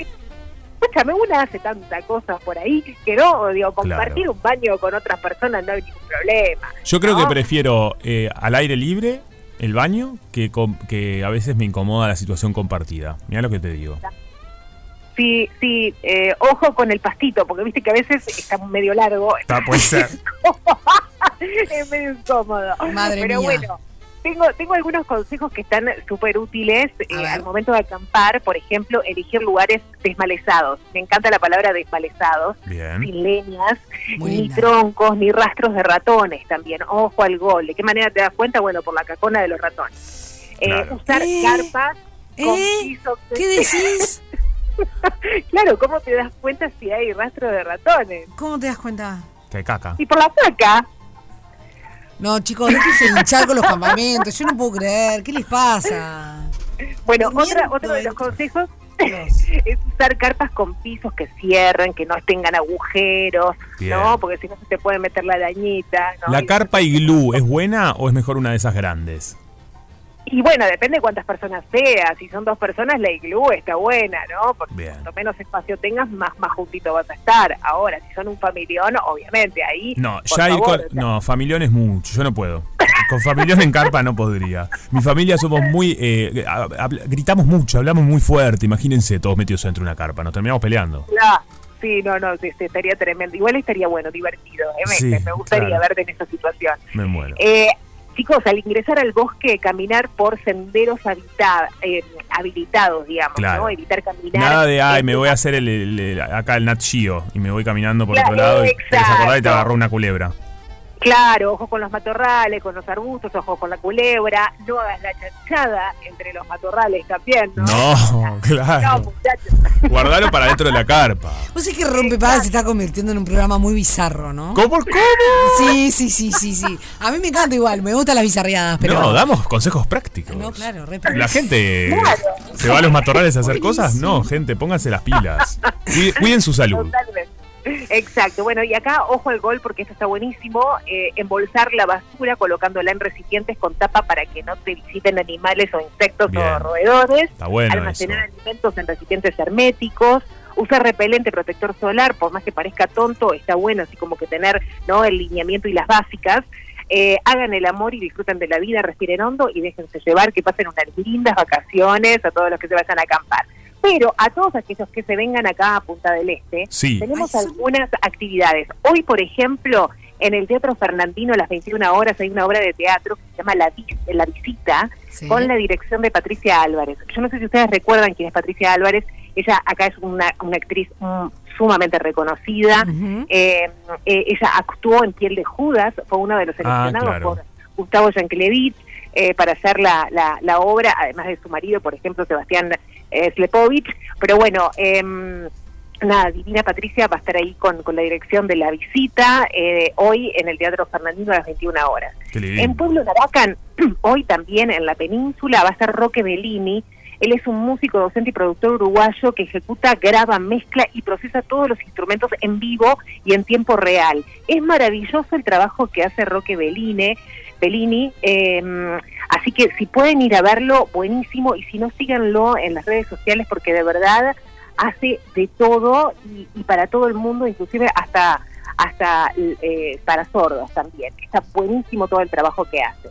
Speaker 4: Escúchame, una hace tanta cosa por ahí que no, digo, compartir
Speaker 3: Claro.
Speaker 4: un baño con otras personas no hay ningún problema.
Speaker 3: Yo creo que
Speaker 4: No.
Speaker 3: prefiero eh, al aire libre el baño que, com- que a veces me incomoda la situación compartida. Mira lo que te digo.
Speaker 4: Sí, sí, eh, ojo con el pastito, porque viste que a veces está medio largo,
Speaker 3: Ta, puede ser.
Speaker 4: es medio incómodo.
Speaker 2: Madre
Speaker 4: Pero
Speaker 2: mía.
Speaker 4: bueno, tengo, tengo algunos consejos que están súper útiles eh,
Speaker 2: ver.
Speaker 4: al momento de acampar, por ejemplo, elegir lugares desmalezados. Me encanta la palabra desmalezados,
Speaker 3: Bien.
Speaker 4: sin leñas,
Speaker 2: Muy
Speaker 4: ni
Speaker 2: linda.
Speaker 4: troncos, ni rastros de ratones también. Ojo al gol. ¿De qué manera te das cuenta? Bueno, por la cacona de los ratones. Eh,
Speaker 3: Claro.
Speaker 4: usar
Speaker 2: Eh,
Speaker 4: carpas con
Speaker 2: eh,
Speaker 4: piso
Speaker 2: ¿Qué decís?
Speaker 4: Claro, ¿cómo te das cuenta si hay rastro de ratones?
Speaker 2: ¿Cómo te das cuenta?
Speaker 3: Te caca.
Speaker 4: Y por la placa.
Speaker 2: No, chicos, déjense hinchar con los campamentos. Yo no puedo creer. ¿Qué les pasa?
Speaker 4: Bueno,
Speaker 2: Miento
Speaker 4: otra, otro de los
Speaker 2: esto.
Speaker 4: consejos es usar carpas con pisos que cierren, que no tengan agujeros,
Speaker 3: Bien.
Speaker 4: ¿no? Porque si no se te puede meter la arañita. ¿no?
Speaker 3: ¿La
Speaker 4: Y-
Speaker 3: carpa iglú es buena o es mejor una de esas grandes?
Speaker 4: Y bueno, depende de cuántas personas seas. Si son dos personas, la iglú está buena, ¿no? Porque
Speaker 3: Bien.
Speaker 4: cuanto menos espacio tengas, más, más juntito vas a estar. Ahora, si son un familión, obviamente, ahí.
Speaker 3: No,
Speaker 4: por
Speaker 3: ya ir
Speaker 4: favor,
Speaker 3: con.
Speaker 4: o sea,
Speaker 3: No, familión es mucho, yo no puedo. Con familión en carpa no podría. Mi familia somos muy. eh, hab- hab- gritamos mucho, hablamos muy fuerte. Imagínense, todos metidos dentro de una carpa. Nos terminamos peleando.
Speaker 4: claro. Sí, no, no, sí, sí, estaría tremendo. Igual estaría bueno, divertido. ¿eh? Me-
Speaker 3: Sí,
Speaker 4: me, gustaría
Speaker 3: claro.
Speaker 4: verte en esa situación.
Speaker 3: Me muero.
Speaker 4: Eh, chicos, al ingresar al bosque, caminar por senderos habita- eh, habilitados, digamos,
Speaker 3: Claro.
Speaker 4: ¿no? Evitar caminar.
Speaker 3: Nada de, ay,
Speaker 4: en
Speaker 3: me voy a hacer el, el- el- acá el Nat Geo y me voy caminando por
Speaker 4: Claro,
Speaker 3: otro lado y te vas a acordar y te
Speaker 4: exacto.
Speaker 3: agarró una culebra.
Speaker 4: Eh, Claro, ojo con los matorrales, con los arbustos, ojo con la culebra, no hagas la chanchada entre los matorrales también, ¿no?
Speaker 3: No,
Speaker 4: No,
Speaker 3: claro.
Speaker 4: muchachos.
Speaker 3: Guardalo para dentro de la carpa.
Speaker 2: Vos es que Rompepadas se está convirtiendo en un programa muy bizarro, ¿no?
Speaker 3: ¿Cómo? ¿Cómo?
Speaker 2: Sí, sí, sí, sí, sí. A mí me encanta igual, me gustan las bizarreadas, pero.
Speaker 3: no, damos consejos prácticos.
Speaker 2: No, claro, re
Speaker 3: La
Speaker 2: práctico.
Speaker 3: gente se va a los matorrales a hacer cosas. No, gente, pónganse las pilas. Cuide- Cuiden su salud.
Speaker 4: Totalmente. Exacto, bueno, y acá ojo al gol porque esto está buenísimo, eh, embolsar la basura colocándola en recipientes con tapa para que no te visiten animales o insectos
Speaker 3: Bien.
Speaker 4: o roedores,
Speaker 3: Está bueno eso.
Speaker 4: almacenar alimentos en recipientes herméticos, usar repelente protector solar, por más que parezca tonto, está bueno así como que tener no el lineamiento y las básicas. Eh, hagan el amor y disfruten de la vida, respiren hondo y déjense llevar, que pasen unas lindas vacaciones a todos los que se vayan a acampar. Pero a todos aquellos que se vengan acá a Punta del Este,
Speaker 3: Sí.
Speaker 4: tenemos
Speaker 2: Ay, son-
Speaker 4: algunas actividades. Hoy, por ejemplo, en el Teatro Fernandino a las 21 horas hay una obra de teatro que se llama La, Vis- La Visita
Speaker 2: Sí.
Speaker 4: con la dirección de Patricia Álvarez. Yo no sé si ustedes recuerdan quién es Patricia Álvarez. Ella acá es una, una actriz mm, sumamente reconocida.
Speaker 2: Ujú.
Speaker 4: Eh, eh, ella actuó en Piel de Judas, fue uno de los
Speaker 3: Ah,
Speaker 4: seleccionados
Speaker 3: claro.
Speaker 4: por Gustavo Yankelevich eh, para hacer la, la, la obra, además de su marido, por ejemplo, Sebastián eh, Slepovich. Pero bueno, em, nada, Divina Patricia va a estar ahí con, con la dirección de la visita eh, hoy en el Teatro Fernandino a las 21 horas.
Speaker 3: Qué
Speaker 4: En
Speaker 3: lindo.
Speaker 4: Pueblo Naracán, hoy también en la península, va a ser Roque Bellini. Él es un músico, docente y productor uruguayo que ejecuta, graba, mezcla y procesa todos los instrumentos en vivo y en tiempo real. Es maravilloso el trabajo que hace Roque Bellini. Bellini eh, así que si pueden ir a verlo, buenísimo. Y si no, síganlo en las redes sociales porque de verdad hace de todo y, y para todo el mundo, inclusive hasta hasta eh, para sordos también. Está buenísimo todo el trabajo que hace.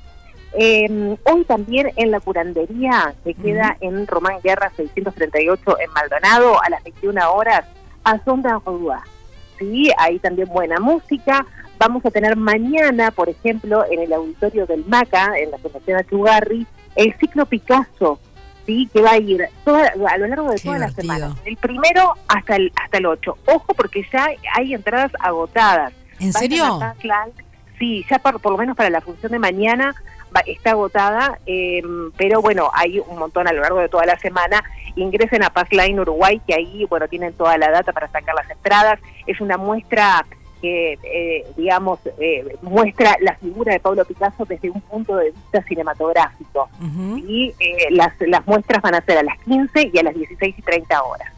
Speaker 4: Eh, hoy también en la curandería, que queda en Román Guerra 638 en Maldonado, a las 21 horas, a Sonda Rodua. Sí, ahí también buena música. Vamos a tener mañana, por ejemplo, en el auditorio del MACA, en la Fundación Achugarri, el ciclo Picasso, sí, que va a ir toda- a lo largo de
Speaker 2: Qué
Speaker 4: toda la
Speaker 2: divertido.
Speaker 4: semana, del primero hasta el, hasta el 8. Ojo, porque ya hay entradas agotadas.
Speaker 2: ¿En
Speaker 4: Vayan
Speaker 2: serio?
Speaker 4: a Parkland. Sí, ya por, por lo menos para la función de mañana va- está agotada, eh, pero bueno, hay un montón a lo largo de toda la semana. Ingresen a Passline Uruguay, que ahí, bueno, tienen toda la data para sacar las entradas. Es una muestra que, eh, digamos, eh, muestra la figura de Pablo Picasso desde un punto de vista cinematográfico
Speaker 2: Ujú.
Speaker 4: y eh, las, las muestras van a ser a las 15 y a las 16 y 30 horas.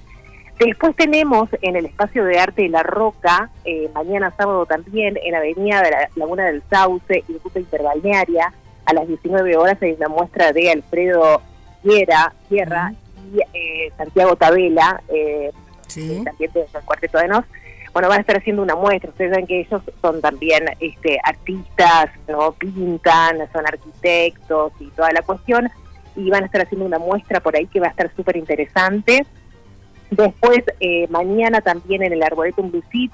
Speaker 4: Después tenemos en el espacio de arte de La Roca, eh, mañana sábado también, en Avenida de la Laguna del Sauce y Ruta Interbalnearia, a las 19 horas hay una muestra de Alfredo Guerra, Guerra y eh, Santiago Tabela, eh,
Speaker 2: Sí.
Speaker 4: también del Cuarteto de Nos. Bueno, van a estar haciendo una muestra. Ustedes saben que ellos son también este, artistas, ¿no? pintan, son arquitectos y toda la cuestión. Y van a estar haciendo una muestra por ahí que va a estar súper interesante. Después, eh, mañana también en el Arboretum Lucid,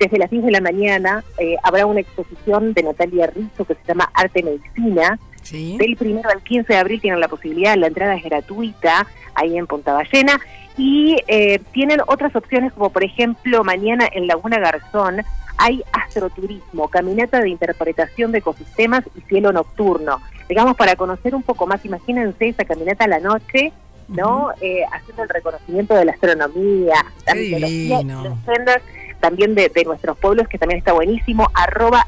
Speaker 4: desde las 10 de la mañana, eh, habrá una exposición de Natalia Rizzo que se llama Arte y Medicina.
Speaker 2: Sí.
Speaker 4: Del primero al 15 de abril tienen la posibilidad, la entrada es gratuita ahí en Punta Ballena. Y eh, tienen otras opciones como por ejemplo mañana en Laguna Garzón hay astroturismo, caminata de interpretación de ecosistemas y cielo nocturno. Digamos, para conocer un poco más, imagínense esa caminata a la noche, ¿no? Eh, haciendo el reconocimiento de la astronomía, la
Speaker 2: Qué
Speaker 4: mitología, y
Speaker 2: divino.
Speaker 4: leyendas también de, de nuestros pueblos, que también está buenísimo, arroba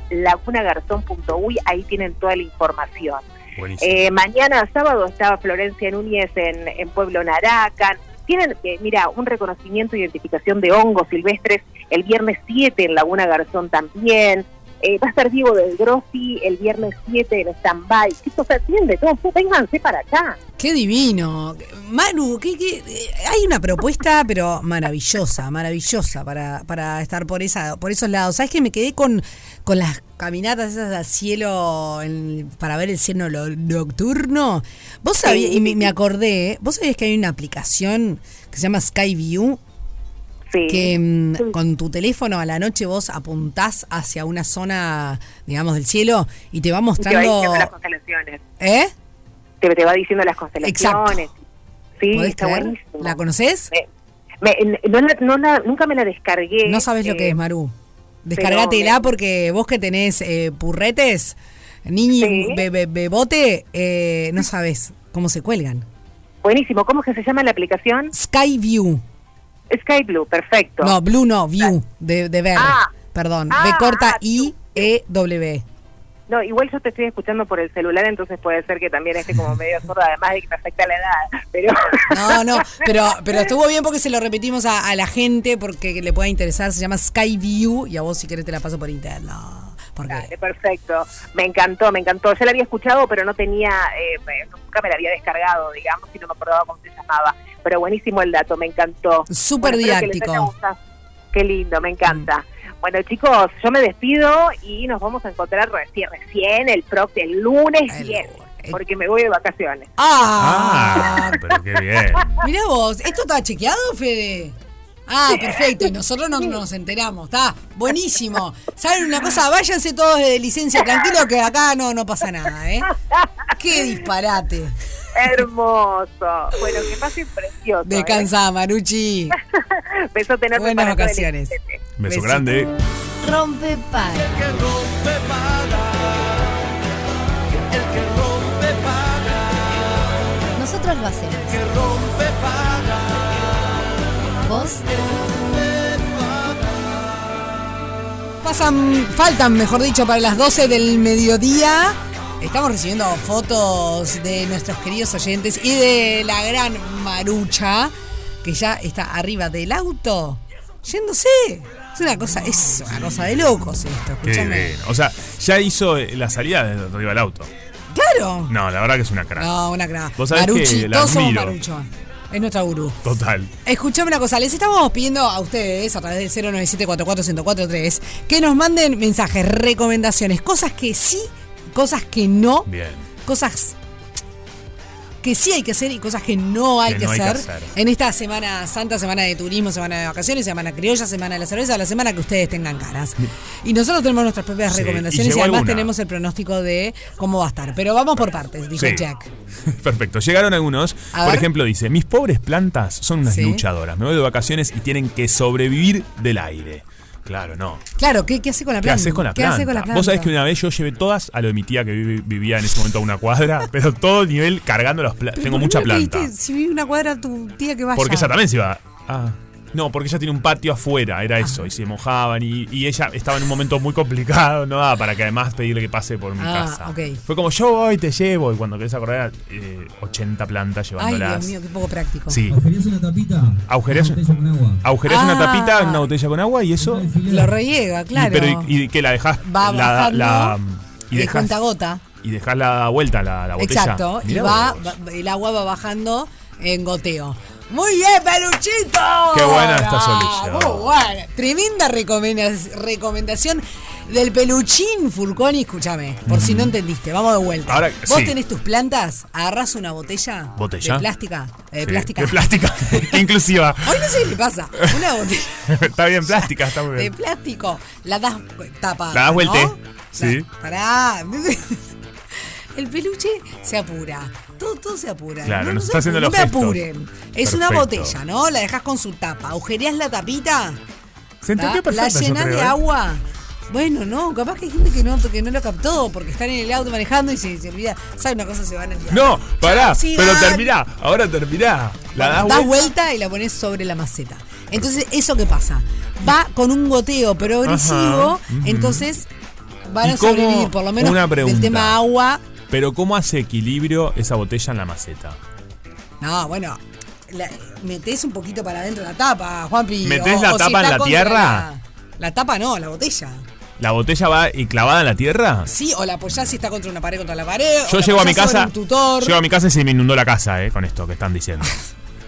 Speaker 4: lagunagarzón.uy, ahí tienen toda la información.
Speaker 3: Buenísimo.
Speaker 4: Eh, mañana sábado estaba Florencia Núñez en, en Pueblo Naracán, Tienen, eh, mira, un reconocimiento e identificación de hongos silvestres el viernes 7 en Laguna Garzón también. Eh, va a estar Diego del Grossi el viernes 7 en Standby. Esto se atiende todo. Vénganse para acá.
Speaker 2: Qué divino. Manu, ¿qué- qué- eh, hay una propuesta, pero maravillosa, maravillosa para, para estar por esa, por esos lados. ¿Sabes que me quedé con, con las caminatas esas al cielo en- para ver el cielo lo- nocturno? Vos sabías, y me, me acordé, vos sabías que hay una aplicación que se llama Skyview
Speaker 4: Sí.
Speaker 2: que mm,
Speaker 4: Sí.
Speaker 2: con tu teléfono a la noche vos apuntás hacia una zona, digamos, del cielo y te va
Speaker 4: Y te va
Speaker 2: mostrando.
Speaker 4: diciendo las constelaciones.
Speaker 2: ¿Eh?
Speaker 4: Te, te va diciendo las constelaciones. Sí,
Speaker 2: ¿Podés
Speaker 4: está
Speaker 2: creer?
Speaker 4: buenísimo.
Speaker 2: ¿La conoces?
Speaker 4: Me- me- no la- no la- nunca me la descargué.
Speaker 2: No sabes lo
Speaker 4: eh,
Speaker 2: que es, Maru. Descargatela
Speaker 4: me-
Speaker 2: porque vos que tenés eh, purretes, niñi,
Speaker 4: Sí.
Speaker 2: be- be- bebote, eh, no sabes cómo se cuelgan.
Speaker 4: Buenísimo. ¿Cómo es que se llama la aplicación?
Speaker 2: Sky View.
Speaker 4: Sky Blue, perfecto.
Speaker 2: No, Blue no, View, de, de ver.
Speaker 4: Ah.
Speaker 2: Perdón,
Speaker 4: Ah,
Speaker 2: B corta
Speaker 4: ah,
Speaker 2: I E W.
Speaker 4: No, igual yo te estoy escuchando por el celular, entonces puede ser que también esté como medio sordo, además de que me afecta la edad. Pero
Speaker 2: No, no, pero, pero estuvo bien porque se lo repetimos a, a la gente porque le pueda interesar. Se llama Sky View y a vos si querés te la paso por interno. Porque
Speaker 4: Dale, perfecto. Me encantó, me encantó. Yo la había escuchado, pero no tenía, eh, me- nunca me la había descargado, digamos, y no me acordaba cómo se llamaba. Pero buenísimo el dato, me encantó.
Speaker 2: Súper
Speaker 4: Bueno, espero que les
Speaker 2: didáctico. Mm.
Speaker 4: haya gustado. Qué lindo, me encanta. Bueno, chicos, yo me despido y nos vamos a encontrar recién, recién el próximo el lunes
Speaker 2: El
Speaker 4: 10,
Speaker 2: lunes.
Speaker 4: porque me voy de vacaciones.
Speaker 3: Ah,
Speaker 2: ¡Ah!
Speaker 3: pero qué bien.
Speaker 2: Mirá vos, ¿esto está chequeado, Fede? Ah, perfecto, y nosotros no nos enteramos, está buenísimo. ¿Saben una cosa? Váyanse todos de licencia, tranquilo que acá no, no pasa nada, ¿eh? ¡Qué disparate!
Speaker 4: Hermoso. Bueno, que pasen precioso. ¿eh?
Speaker 2: Descansa, Maruchi.
Speaker 4: Besote
Speaker 2: Buenas
Speaker 4: enorme para todo el
Speaker 2: vacaciones.
Speaker 4: equipo.
Speaker 3: Beso
Speaker 2: Besito.
Speaker 3: grande.
Speaker 5: Rompe para. Nosotros lo hacemos. Vos
Speaker 2: Pasan, faltan, mejor dicho, para las 12 del mediodía. Estamos recibiendo fotos de nuestros queridos oyentes y de la gran Marucha, que ya está arriba del auto, yéndose. Es una cosa, es una cosa de locos esto,
Speaker 3: Qué
Speaker 2: escúchame.
Speaker 3: bien. O sea, ya hizo eh, la salida desde arriba del auto.
Speaker 2: Claro.
Speaker 3: No, la verdad que es una crack.
Speaker 2: No, una gran.
Speaker 3: Vos sabés
Speaker 2: Maruchi,
Speaker 3: que la
Speaker 2: todos somos
Speaker 3: admiro.
Speaker 2: Marucho. Es nuestra gurú.
Speaker 3: Total.
Speaker 2: Escuchame una cosa, les estamos pidiendo a ustedes a través del 097-44143 que nos manden mensajes, recomendaciones, cosas que sí, cosas que no,
Speaker 3: Bien.
Speaker 2: cosas que sí hay que hacer y cosas que no hay,
Speaker 3: Que
Speaker 2: que,
Speaker 3: no hay que
Speaker 2: hacer.
Speaker 3: hacer.
Speaker 2: En esta semana santa, semana de turismo, semana de vacaciones, semana criolla, semana de la cerveza, la semana que ustedes tengan caras. Y nosotros tenemos nuestras propias
Speaker 3: Sí, y
Speaker 2: recomendaciones y,
Speaker 3: llegó
Speaker 2: además
Speaker 3: alguna.
Speaker 2: tenemos el pronóstico de cómo va a estar. Pero vamos por partes, dijo
Speaker 3: Sí.
Speaker 2: Jack.
Speaker 3: Perfecto. Llegaron algunos.
Speaker 2: A
Speaker 3: Por
Speaker 2: ver.
Speaker 3: ejemplo, dice: Mis pobres plantas son unas
Speaker 2: Sí.
Speaker 3: luchadoras. Me voy de vacaciones y tienen que sobrevivir del aire. Claro, no.
Speaker 2: Claro, ¿qué, qué hace con la
Speaker 3: ¿Qué
Speaker 2: planta?
Speaker 3: haces con la planta?
Speaker 2: hace con la planta?
Speaker 3: Vos sabés que una vez yo llevé todas a lo de mi tía que vi- vivía en ese momento a una cuadra, pero todo nivel cargando las plantas. Tengo
Speaker 2: ¿Por qué
Speaker 3: mucha
Speaker 2: no
Speaker 3: planta.
Speaker 2: pediste, si vive una cuadra tu tía que vaya.
Speaker 3: Porque ella también se iba. Ah. No, porque ella tiene un patio afuera,
Speaker 2: Ah.
Speaker 3: era eso, y se mojaban, y, y ella estaba en un momento muy complicado, no daba para que además pedirle que pase por mi
Speaker 2: Ah,
Speaker 3: casa.
Speaker 2: ok.
Speaker 3: Fue como yo voy, te llevo, y cuando querés acordar, eh, 80 plantas
Speaker 2: Ay,
Speaker 3: llevándolas.
Speaker 2: Dios mío, qué poco práctico.
Speaker 3: Sí.
Speaker 6: ¿Agujerías una tapita?
Speaker 3: Agujerías-
Speaker 6: Una botella con agua.
Speaker 3: Agujerías una
Speaker 2: Ah.
Speaker 3: tapita, una botella con agua y eso.
Speaker 6: Un alfiler.
Speaker 2: Lo reniega, claro.
Speaker 3: Y, pero, y, y que la dejás.
Speaker 2: va
Speaker 3: la,
Speaker 2: bajando
Speaker 3: la- y dejás-
Speaker 2: cuenta gota.
Speaker 3: y dejás la vuelta, la, la botella.
Speaker 2: Exacto. Y
Speaker 3: Mirá
Speaker 2: va,
Speaker 3: vos.
Speaker 2: va- el agua va bajando en goteo. Muy bien, Peluchito.
Speaker 3: Qué buena esta
Speaker 2: Ah,
Speaker 3: solución.
Speaker 2: Muy buena. Tremenda recomenda- recomendación del peluchín, Furconi. Escúchame, por si no entendiste, vamos de vuelta.
Speaker 3: Mm. Ahora,
Speaker 2: Vos
Speaker 3: sí.
Speaker 2: tenés tus plantas, agarrás una botella.
Speaker 3: ¿Botella?
Speaker 2: De plástica. eh,
Speaker 3: Sí,
Speaker 2: plástica.
Speaker 3: De plástica. Qué inclusiva.
Speaker 2: Hoy no sé qué le pasa. Una botella.
Speaker 3: está bien, plástica, está muy
Speaker 2: de
Speaker 3: bien.
Speaker 2: plástico, la das tapada.
Speaker 3: La das
Speaker 2: ¿no?
Speaker 3: vuelta, sí.
Speaker 2: La- pará. El peluche se apura. Todo, todo se apura.
Speaker 3: Claro, nos
Speaker 2: se
Speaker 3: está haciendo
Speaker 2: apuren,
Speaker 3: los
Speaker 2: no me
Speaker 3: gestos.
Speaker 2: apuren. Es una
Speaker 3: Perfecto.
Speaker 2: botella, ¿no? La dejas con su tapa. Agujerías la tapita.
Speaker 3: Se entendió
Speaker 2: ¿tá? La
Speaker 3: perfecto. yo
Speaker 2: llenas
Speaker 3: creo,
Speaker 2: de
Speaker 3: ¿eh?
Speaker 2: agua. Bueno, no, capaz que hay gente que no, que no lo captó porque están en el auto manejando y se, se olvida. ¿Sabes una cosa? Se van al
Speaker 3: No, pará,
Speaker 2: Chao, sigan.
Speaker 3: pero terminá, ahora terminá. La das
Speaker 2: das
Speaker 3: vuelta.
Speaker 2: vuelta y la pones sobre la maceta. Entonces, ¿eso qué pasa? Va con un goteo progresivo,
Speaker 3: Ajá, ujú.
Speaker 2: entonces van
Speaker 3: ¿Y
Speaker 2: a
Speaker 3: cómo-
Speaker 2: sobrevivir, por lo menos
Speaker 3: una
Speaker 2: del
Speaker 3: pregunta.
Speaker 2: tema agua.
Speaker 3: Pero ¿cómo hace equilibrio esa botella en la maceta?
Speaker 2: No, bueno, la- metés un poquito para adentro la tapa, Juanpi.
Speaker 3: ¿Metés
Speaker 2: o-
Speaker 3: la
Speaker 2: o si
Speaker 3: tapa en
Speaker 2: está
Speaker 3: la
Speaker 2: contra
Speaker 3: tierra?
Speaker 2: La, la tapa no, la botella.
Speaker 3: ¿La botella va y clavada en la tierra?
Speaker 2: Sí, o la apoyás si está contra una pared, contra la pared. o
Speaker 3: Yo
Speaker 2: la
Speaker 3: llego a mi
Speaker 2: apoyás sobre
Speaker 3: casa.
Speaker 2: un tutor.
Speaker 3: Llego a mi casa y se me inundó la casa, eh, con esto que están diciendo.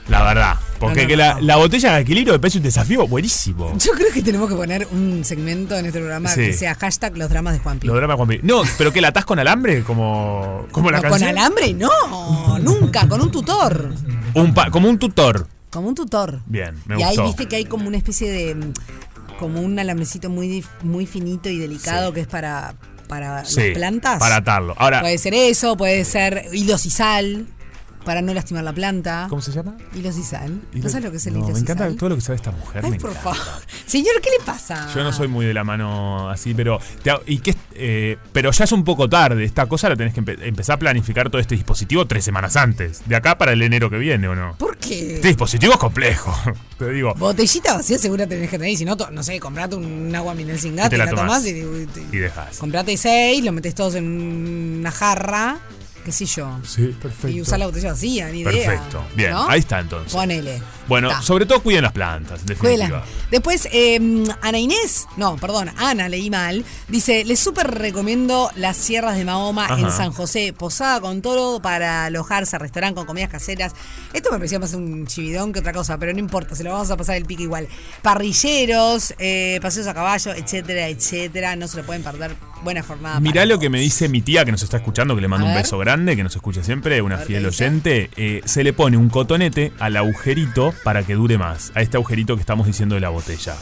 Speaker 3: La verdad. Porque
Speaker 2: No, no,
Speaker 3: que
Speaker 2: no,
Speaker 3: la,
Speaker 2: no.
Speaker 3: la botella de alquilero de peso es un desafío buenísimo.
Speaker 2: Yo creo que tenemos que poner un segmento en este programa que
Speaker 3: Sí.
Speaker 2: sea hashtag los dramas de Juanpi.
Speaker 3: Los dramas con mi- No, pero que la atás con alambre, como, como la
Speaker 2: No, con
Speaker 3: canción.
Speaker 2: alambre no, nunca, con un tutor.
Speaker 3: Un pa- como un tutor.
Speaker 2: Como un tutor.
Speaker 3: Bien, me
Speaker 2: y ahí
Speaker 3: gustó.
Speaker 2: viste que hay como una especie de. mm, como un alambrecito muy, dif- muy finito y delicado que es para, para
Speaker 3: Sí,
Speaker 2: las plantas. Pues,
Speaker 3: Para atarlo. Ahora,
Speaker 2: Puede ser eso, puede ser hilos y sal, para no lastimar la planta.
Speaker 3: ¿cómo se llama?
Speaker 2: Hilos y sal.
Speaker 3: Y
Speaker 2: ¿No sabes lo que es el
Speaker 3: no,
Speaker 2: hilos
Speaker 3: Me
Speaker 2: y
Speaker 3: encanta
Speaker 2: sal?
Speaker 3: todo lo que sabe esta mujer.
Speaker 2: Ay,
Speaker 3: me
Speaker 2: por
Speaker 3: encanta.
Speaker 2: favor. Señor, ¿qué le pasa?
Speaker 3: Yo no soy muy de la mano así, pero. te ha- y que, eh, pero ya es un poco tarde. Esta cosa la tenés que empe- empezar a planificar todo este dispositivo tres semanas antes. De acá para el enero que viene, ¿o no?
Speaker 2: ¿Por qué?
Speaker 3: Este dispositivo es complejo. Te digo.
Speaker 2: Botellita vacía segura tenés que tener, y si no, to- no sé, comprate un agua mineral sin gato
Speaker 3: te
Speaker 2: y
Speaker 3: la
Speaker 2: la
Speaker 3: tomás.
Speaker 2: tomás y, y-
Speaker 3: Y dejas.
Speaker 2: comprate seis, lo metés todos en una jarra, qué sé yo.
Speaker 3: Sí, perfecto.
Speaker 2: Y usar la botella vacía, ni idea.
Speaker 3: Perfecto. Bien,
Speaker 2: ¿no?
Speaker 3: ahí está entonces.
Speaker 2: Ponele.
Speaker 3: Bueno,
Speaker 2: Está.
Speaker 3: sobre todo cuiden las plantas, en definitiva.
Speaker 2: Cuela. Después, eh, Ana Inés, no, perdón, Ana, leí mal, dice, les súper recomiendo las sierras de Mahoma
Speaker 3: Ajá.
Speaker 2: en San José, posada con todo para alojarse, restaurante con comidas caseras. Esto me parecía más un chividón que otra cosa, pero no importa, se lo vamos a pasar el pique igual. Parrilleros, eh, paseos a caballo, etcétera, etcétera, no se lo pueden perder. Buena jornada.
Speaker 3: Mirá
Speaker 2: Ah, para
Speaker 3: lo
Speaker 2: todos.
Speaker 3: que me dice mi tía que nos está escuchando, que le mando
Speaker 2: A
Speaker 3: un
Speaker 2: ver.
Speaker 3: beso grande, que nos escucha siempre, una
Speaker 2: ver,
Speaker 3: fiel
Speaker 2: ¿qué dice?
Speaker 3: oyente. Eh, se le pone un cotonete al agujerito para que dure más, a este agujerito que estamos diciendo de la botella.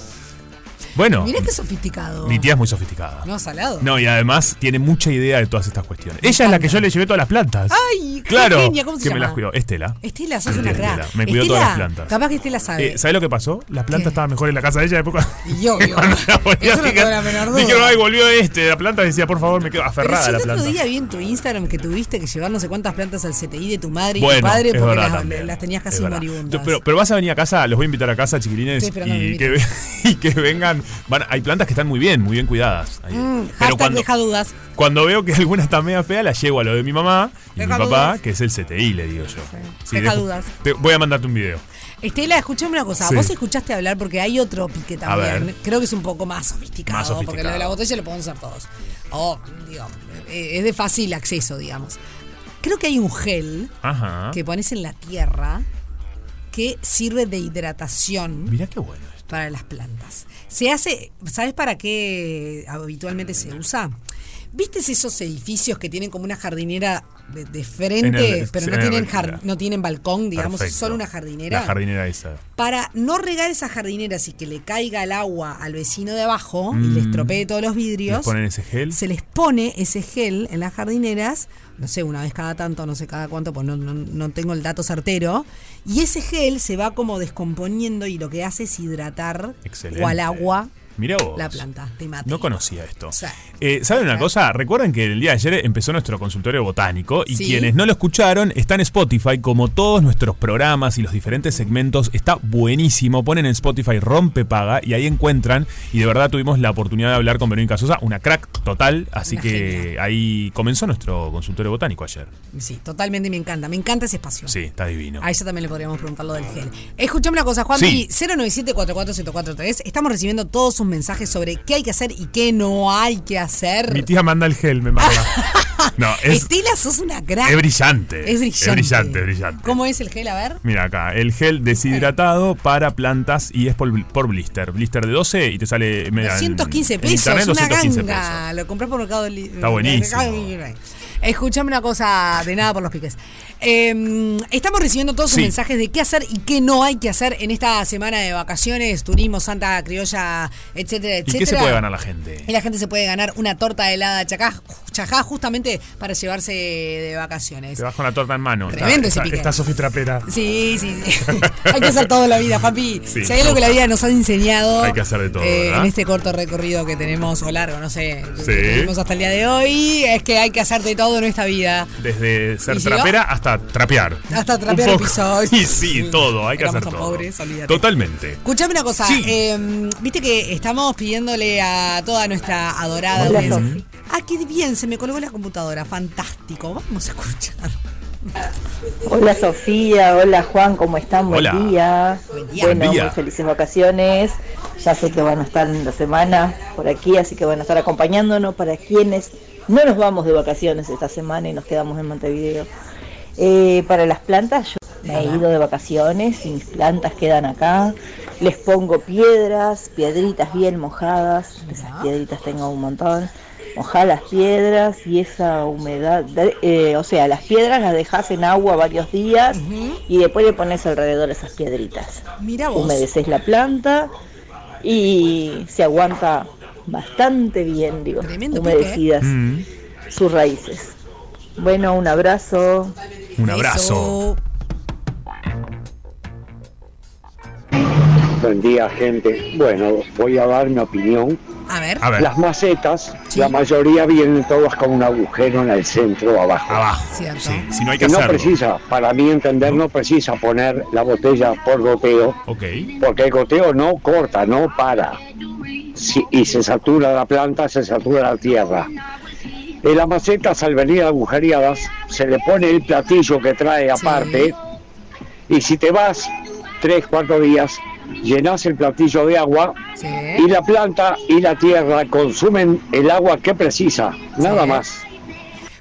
Speaker 3: Bueno,
Speaker 2: Mirá qué sofisticado.
Speaker 3: mi tía es muy sofisticada.
Speaker 2: No, salado.
Speaker 3: No, y además tiene mucha idea de todas estas cuestiones. Ella es la que yo le llevé todas las plantas.
Speaker 2: Ay, qué
Speaker 3: claro,
Speaker 2: genia, ¿cómo se
Speaker 3: que me
Speaker 2: llama?
Speaker 3: las cuidó. Estela.
Speaker 2: Estela, sos una
Speaker 3: Estela,
Speaker 2: crack.
Speaker 3: me cuidó
Speaker 2: Estela,
Speaker 3: todas las plantas.
Speaker 2: Capaz que Estela sabe.
Speaker 3: Eh, ¿Sabes lo que pasó? Las plantas
Speaker 2: ¿Qué?
Speaker 3: estaban mejor en la casa de ella después cuando-
Speaker 2: Y obvio.
Speaker 3: cuando la volví a
Speaker 2: Eso no
Speaker 3: picar,
Speaker 2: tengo la menor duda.
Speaker 3: Dijeron, ay, volvió este. La planta decía, por favor, me quedo
Speaker 2: Pero
Speaker 3: aferrada
Speaker 2: si
Speaker 3: a la
Speaker 2: el otro
Speaker 3: planta.
Speaker 2: día vi en tu Instagram que tuviste que llevar no sé cuántas plantas al CTI de tu madre y
Speaker 3: Bueno,
Speaker 2: tu padre
Speaker 3: es
Speaker 2: porque
Speaker 3: verdad
Speaker 2: las,
Speaker 3: también,
Speaker 2: las tenías
Speaker 3: es
Speaker 2: casi
Speaker 3: verdad.
Speaker 2: moribundas.
Speaker 3: Pero, pero vas a venir a casa, los voy a invitar a casa, chiquilines,
Speaker 2: Estoy esperando que me
Speaker 3: y que,
Speaker 2: invites.
Speaker 3: ve- y que vengan. Van, hay plantas que están muy bien, muy bien cuidadas. Ahí.
Speaker 2: Mm,
Speaker 3: pero
Speaker 2: hashtag
Speaker 3: cuando,
Speaker 2: deja dudas.
Speaker 3: cuando veo que alguna está media fea, la llevo a lo de mi mamá y
Speaker 2: Deja
Speaker 3: mi papá,
Speaker 2: dudas.
Speaker 3: que es el CTI, le digo yo.
Speaker 2: Deja
Speaker 3: dejo-
Speaker 2: dudas.
Speaker 3: te- voy a mandarte un video.
Speaker 2: Estela, escuchame una cosa.
Speaker 3: Sí.
Speaker 2: Vos escuchaste hablar porque hay otro pique también.
Speaker 3: ver.
Speaker 2: Creo que es un poco más sofisticado,
Speaker 3: Más
Speaker 2: Porque lo de la
Speaker 3: sofisticado.
Speaker 2: botella lo podemos hacer todos. O, digo, eh, es de fácil acceso, digamos. Creo que hay un gel
Speaker 3: Ajá.
Speaker 2: que pones en la tierra que sirve de hidratación.
Speaker 3: Mirá qué bueno esto.
Speaker 2: para las plantas. Se hace, ¿sabes para qué habitualmente se usa? ¿Viste esos edificios que tienen como una jardinera de, de frente,
Speaker 3: En el-
Speaker 2: pero
Speaker 3: sí,
Speaker 2: no
Speaker 3: en el
Speaker 2: tienen,
Speaker 3: jardinera.
Speaker 2: jar- no tienen balcón, digamos, es
Speaker 3: Perfecto.
Speaker 2: solo una jardinera?
Speaker 3: La jardinera esa.
Speaker 2: para no regar esas jardineras y que le caiga el agua al vecino de abajo y le estropee todos los
Speaker 3: Mm. ¿Les
Speaker 2: vidrios,
Speaker 3: ponen ese gel?
Speaker 2: se les pone ese gel en las jardineras, no sé, una vez cada tanto, no sé cada cuánto, pues no, no- no tengo el dato certero, y ese gel se va como descomponiendo y lo que hace es hidratar
Speaker 3: Excelente.
Speaker 2: o al agua
Speaker 3: Mirá vos.
Speaker 2: la planta. Te mata.
Speaker 3: No conocía esto.
Speaker 2: Sí.
Speaker 3: Eh, ¿Saben una cosa? Recuerden que el día de ayer empezó nuestro consultorio botánico y
Speaker 2: Sí.
Speaker 3: quienes no lo escucharon está en Spotify, como todos nuestros programas y los diferentes segmentos. Está buenísimo. Ponen en Spotify Rompe Paga y ahí encuentran. Y de verdad tuvimos la oportunidad de hablar con Verónica Sosa, una crack total. Así
Speaker 2: Una
Speaker 3: que
Speaker 2: genia.
Speaker 3: ahí comenzó nuestro consultorio botánico ayer.
Speaker 2: Sí, totalmente me encanta. Me encanta ese espacio.
Speaker 3: Sí, está divino.
Speaker 2: A ella también le podríamos preguntar lo del gel. Escuchame una cosa, Juan,
Speaker 3: Sí.
Speaker 2: 097-44143. Estamos recibiendo todos sus mensajes sobre qué hay que hacer y qué no hay que hacer.
Speaker 3: Mi tía manda el gel, me manda. no, es,
Speaker 2: Estela, sos una crack.
Speaker 3: es brillante.
Speaker 2: Es brillante.
Speaker 3: Es brillante, es brillante.
Speaker 2: ¿Cómo es el gel? A ver.
Speaker 3: Mira acá, el gel deshidratado para plantas y es por, por blister. Blister de 12 y te sale media. en-
Speaker 2: 215
Speaker 3: en
Speaker 2: pesos,
Speaker 3: internet,
Speaker 2: una
Speaker 3: 215
Speaker 2: ganga. Lo compré por Mercado Libre.
Speaker 3: Está buenísimo.
Speaker 2: Escuchame una cosa, de nada por los piques. Eh, estamos recibiendo todos sus
Speaker 3: Sí.
Speaker 2: mensajes de qué hacer y qué no hay que hacer en esta semana de vacaciones, turismo, Santa Criolla, etcétera,
Speaker 3: pesos. ¿Y
Speaker 2: etcétera.
Speaker 3: qué se puede ganar la
Speaker 2: Y
Speaker 3: gente?
Speaker 2: la gente se puede ganar una torta helada chacá, chajá justamente para llevarse de vacaciones.
Speaker 3: Te vas con la torta en mano.
Speaker 2: Tremendo ese
Speaker 3: está,
Speaker 2: pique.
Speaker 3: está Sofi Trapera.
Speaker 2: Sí, sí, sí. hay que hacer todo en la vida, papi.
Speaker 3: Sí.
Speaker 2: si hay algo que la vida nos ha enseñado.
Speaker 3: Hay que hacer de todo, ¿verdad?
Speaker 2: En este corto recorrido que tenemos, o largo, no sé, que
Speaker 3: Sí.
Speaker 2: tenemos hasta el día de hoy, es que hay que hacer de todo en esta vida.
Speaker 3: Desde ser
Speaker 2: ¿Y si no?
Speaker 3: trapera hasta trapear.
Speaker 2: Hasta trapear
Speaker 3: Un
Speaker 2: el
Speaker 3: poco.
Speaker 2: piso.
Speaker 3: Y sí, todo, hay que
Speaker 2: Éramos
Speaker 3: hacer
Speaker 2: tan
Speaker 3: todo.
Speaker 2: pobres, olvídate.
Speaker 3: Totalmente.
Speaker 2: Escuchame una cosa, em,
Speaker 3: Sí.
Speaker 2: eh, viste que estamos pidiéndole a toda nuestra adorada
Speaker 4: Hola,
Speaker 2: audiencia-
Speaker 4: Sofi.
Speaker 2: Ah, qué bien, se me colgó la computadora. Fantástico. Vamos a escuchar.
Speaker 6: Hola Sofía, hola Juan, ¿cómo están? Buen
Speaker 3: Hola.
Speaker 6: día.
Speaker 2: Buen día.
Speaker 6: Bueno,
Speaker 3: Buen día.
Speaker 6: muy felices vacaciones. Ya sé que van a estar en la semana por aquí, así que van a estar acompañándonos para quienes no nos vamos de vacaciones esta semana y nos quedamos en Montevideo. Eh, para las plantas, yo me he ido de vacaciones y mis plantas quedan acá. Les pongo piedras, piedritas bien mojadas. Esas piedritas tengo un montón. Mojá las piedras y esa humedad, de- eh, o sea, las piedras las dejas en agua varios días y después le pones alrededor esas piedritas.
Speaker 2: Mira Ah, vos.
Speaker 6: Humedeces la planta y se aguanta bastante bien, digo,
Speaker 2: Tremendo pique, ¿eh?
Speaker 6: humedecidas
Speaker 3: Mm.
Speaker 6: sus raíces. Bueno, un abrazo.
Speaker 3: Un
Speaker 2: Eso.
Speaker 3: abrazo.
Speaker 7: Buen día, gente. Bueno, voy a dar mi opinión.
Speaker 2: A ver.
Speaker 3: A ver,
Speaker 7: Las macetas,
Speaker 2: Sí.
Speaker 7: la mayoría vienen todas con un agujero en el centro abajo.
Speaker 3: abajo.
Speaker 2: Cierto.
Speaker 3: Sí, si no hay que
Speaker 7: Que no
Speaker 3: hacerlo.
Speaker 7: precisa, para mi entender, no precisa poner la botella por goteo,
Speaker 3: Ok.
Speaker 7: porque el goteo no corta, no para. Si- y se satura la planta, se satura la tierra. En las macetas, al venir agujereadas, se le pone el platillo que trae aparte. Y si te vas tres, cuatro días, llenas el platillo de agua
Speaker 2: Sí.
Speaker 7: y la planta y la tierra consumen el agua que precisa, nada
Speaker 2: Sí.
Speaker 7: más.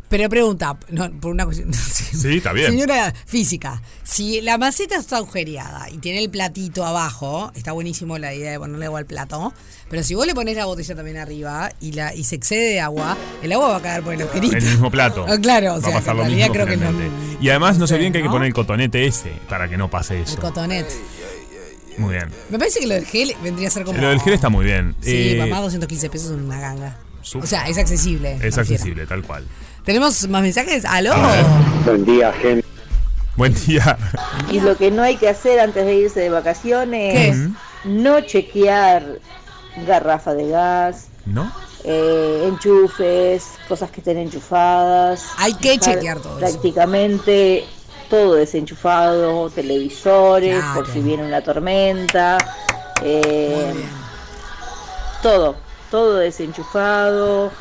Speaker 2: Pero pregunta, no, por una cuestión. Sí,
Speaker 3: está bien.
Speaker 2: Señora física, si la maceta está agujereada y tiene el platito abajo, está buenísimo la idea de ponerle agua al plato, pero si vos le pones la botella también arriba y la y se excede de agua, el agua va a caer por el agujerito.
Speaker 3: El mismo plato.
Speaker 2: Ah, claro, o
Speaker 3: Va a
Speaker 2: sea, que
Speaker 3: pasar
Speaker 2: en
Speaker 3: lo
Speaker 2: realidad
Speaker 3: mismo
Speaker 2: creo que no.
Speaker 3: finalmente. Y además no se
Speaker 2: sé,
Speaker 3: olviden que hay que
Speaker 2: ¿no?
Speaker 3: poner el cotonete ese para que no pase
Speaker 2: El
Speaker 3: eso.
Speaker 2: cotonet.
Speaker 3: Muy bien.
Speaker 2: Me parece que lo del gel vendría a ser como.
Speaker 3: Lo del gel está muy bien.
Speaker 2: Sí,
Speaker 3: Eh,
Speaker 2: mamá, 215 pesos en una ganga.
Speaker 3: Sup-
Speaker 2: O sea, es accesible.
Speaker 3: Es
Speaker 2: cualquiera.
Speaker 3: accesible, tal cual.
Speaker 2: ¿Tenemos más mensajes? ¿Aló?
Speaker 7: Buen día, gente.
Speaker 3: Buen día.
Speaker 6: Y lo que no hay que hacer antes de irse de vacaciones
Speaker 2: ¿Qué?
Speaker 6: es no chequear garrafa de gas,
Speaker 3: ¿No?
Speaker 6: eh, enchufes, cosas que estén enchufadas.
Speaker 2: Hay que
Speaker 6: Dejar
Speaker 2: chequear todo eso.
Speaker 6: Prácticamente todo desenchufado, televisores,
Speaker 2: Claro.
Speaker 6: por si viene una tormenta, eh, todo, todo desenchufado,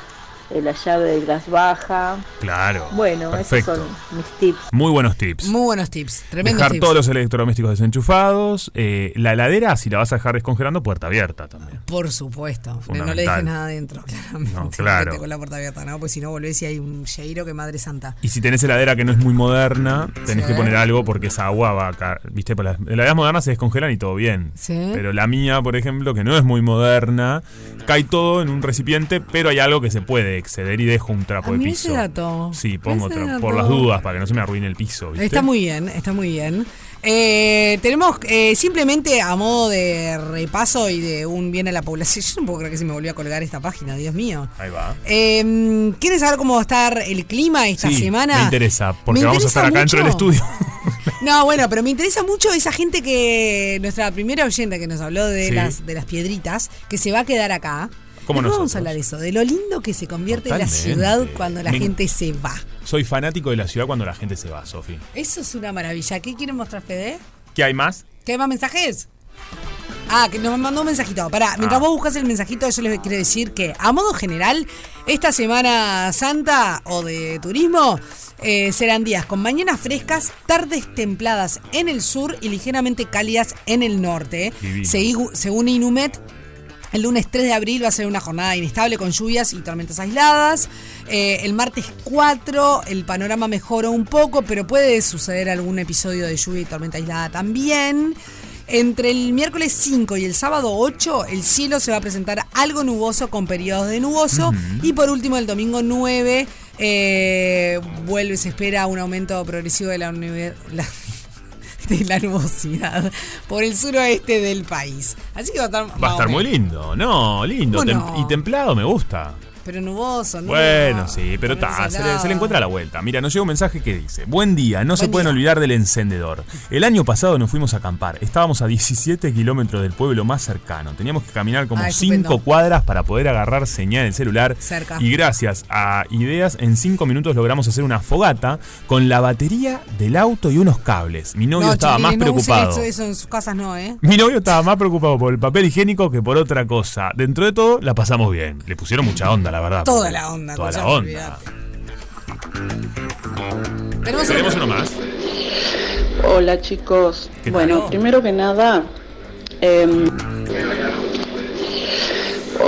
Speaker 6: eh, la llave del gas baja.
Speaker 3: Claro.
Speaker 6: Bueno,
Speaker 3: perfecto.
Speaker 6: esos son mis tips.
Speaker 3: Muy buenos tips.
Speaker 2: Muy buenos tips. Tremendos
Speaker 3: Dejar
Speaker 2: tips.
Speaker 3: todos los electrodomésticos desenchufados. eh, la heladera, si la vas a dejar descongelando, puerta abierta también.
Speaker 2: Por supuesto. No
Speaker 3: Fundamental.
Speaker 2: le dejes nada adentro, claramente.
Speaker 3: No, claro.
Speaker 2: Vete Con la puerta abierta, ¿no? Pues si no volvés y hay un lleiro que madre santa.
Speaker 3: Y si tenés heladera que no es muy moderna, tenés
Speaker 2: Sí.
Speaker 3: que poner algo porque esa agua va a caer. Viste, para las heladeras modernas se descongelan y todo bien.
Speaker 2: Sí.
Speaker 3: Pero la mía, por ejemplo, que no es muy moderna, cae todo en un recipiente, pero hay algo que se puede exceder y dejo un trapo
Speaker 2: Ah,
Speaker 3: de
Speaker 2: mirá
Speaker 3: piso.
Speaker 2: ese dato.
Speaker 3: Sí,
Speaker 2: Mirá
Speaker 3: pongo
Speaker 2: ese
Speaker 3: tra-
Speaker 2: dato.
Speaker 3: por las dudas para que no se me arruine el piso. ¿viste?
Speaker 2: Está muy bien, está muy bien. Eh, tenemos eh, simplemente a modo de repaso y de un bien a la población. Yo no puedo creer que se me volvió a colgar esta página, Dios mío.
Speaker 3: Ahí va.
Speaker 2: Eh, ¿Quieren saber cómo va a estar el clima esta
Speaker 3: Sí,
Speaker 2: semana?
Speaker 3: me interesa, porque
Speaker 2: Me
Speaker 3: vamos a
Speaker 2: interesa
Speaker 3: estar acá dentro del
Speaker 2: mucho.
Speaker 3: estudio.
Speaker 2: No, bueno, pero me interesa mucho esa gente que, nuestra primera oyenta que nos habló de,
Speaker 3: Sí.
Speaker 2: las, de las piedritas, que se va a quedar acá. Después
Speaker 3: Como
Speaker 2: vamos
Speaker 3: nosotros.
Speaker 2: a hablar de eso, de lo lindo que se convierte
Speaker 3: Totalmente.
Speaker 2: en la ciudad cuando la
Speaker 3: Me-
Speaker 2: gente se va.
Speaker 3: Soy fanático de la ciudad cuando la gente se va, Sofi.
Speaker 2: Eso es una maravilla. ¿Qué quieren mostrar, Fede?
Speaker 3: ¿Qué hay más?
Speaker 2: ¿Qué más mensajes? Ah, que nos mandó un mensajito. Pará, mientras
Speaker 3: Ah.
Speaker 2: vos buscas el mensajito, yo les quiero decir que, a modo general, esta Semana Santa o de turismo eh, serán días con mañanas frescas, tardes templadas en el sur y ligeramente cálidas en el norte.
Speaker 3: Divino.
Speaker 2: Segui- según Inumet, el lunes 3 de abril va a ser una jornada inestable con lluvias y tormentas aisladas. Eh, el martes 4 el panorama mejora un poco, pero puede suceder algún episodio de lluvia y tormenta aislada también. Entre el miércoles 5 y el sábado 8 el cielo se va a presentar algo nuboso con periodos de nuboso. Y por último el domingo 9 eh, vuelve, se espera un aumento progresivo de la, univer- la- de la nubosidad por el suroeste del país. Así que va a estar,
Speaker 3: Va
Speaker 2: más
Speaker 3: a
Speaker 2: o
Speaker 3: estar muy
Speaker 2: menos.
Speaker 3: lindo. No, lindo.
Speaker 2: ¿Cómo
Speaker 3: Tem-
Speaker 2: no?
Speaker 3: Y templado me gusta.
Speaker 2: Pero nuboso, ¿no?
Speaker 3: Bueno, sí, pero
Speaker 2: Con
Speaker 3: ta, se le,
Speaker 2: ensalada.
Speaker 3: se le encuentra la vuelta. Mira, nos llega un mensaje que dice, buen día, no se
Speaker 2: Buen
Speaker 3: pueden
Speaker 2: día.
Speaker 3: olvidar del encendedor. El año pasado nos fuimos a acampar, estábamos a 17 kilómetros del pueblo más cercano, teníamos que caminar como
Speaker 2: Ah,
Speaker 3: 5
Speaker 2: estupendo.
Speaker 3: cuadras para poder agarrar señal en el celular.
Speaker 2: Cerca.
Speaker 3: Y gracias a ideas, en 5 minutos logramos hacer una fogata con la batería del auto y unos cables. Mi novio estaba
Speaker 2: chiquilines,
Speaker 3: más
Speaker 2: no usen
Speaker 3: preocupado.
Speaker 2: Eso, eso en sus casas no, ¿eh?
Speaker 3: Mi novio estaba más preocupado por el papel higiénico que por otra cosa. Dentro de todo, la pasamos bien. Le pusieron mucha onda a la verdad.
Speaker 2: Toda
Speaker 3: porque-
Speaker 2: la onda,
Speaker 3: Toda la
Speaker 2: Gonzalo,
Speaker 3: onda.
Speaker 2: olvídate. Tenemos
Speaker 3: Tenemos
Speaker 2: otro.
Speaker 3: uno más.
Speaker 8: Hola chicos.
Speaker 3: ¿Qué tal?
Speaker 8: Bueno, primero que nada, em,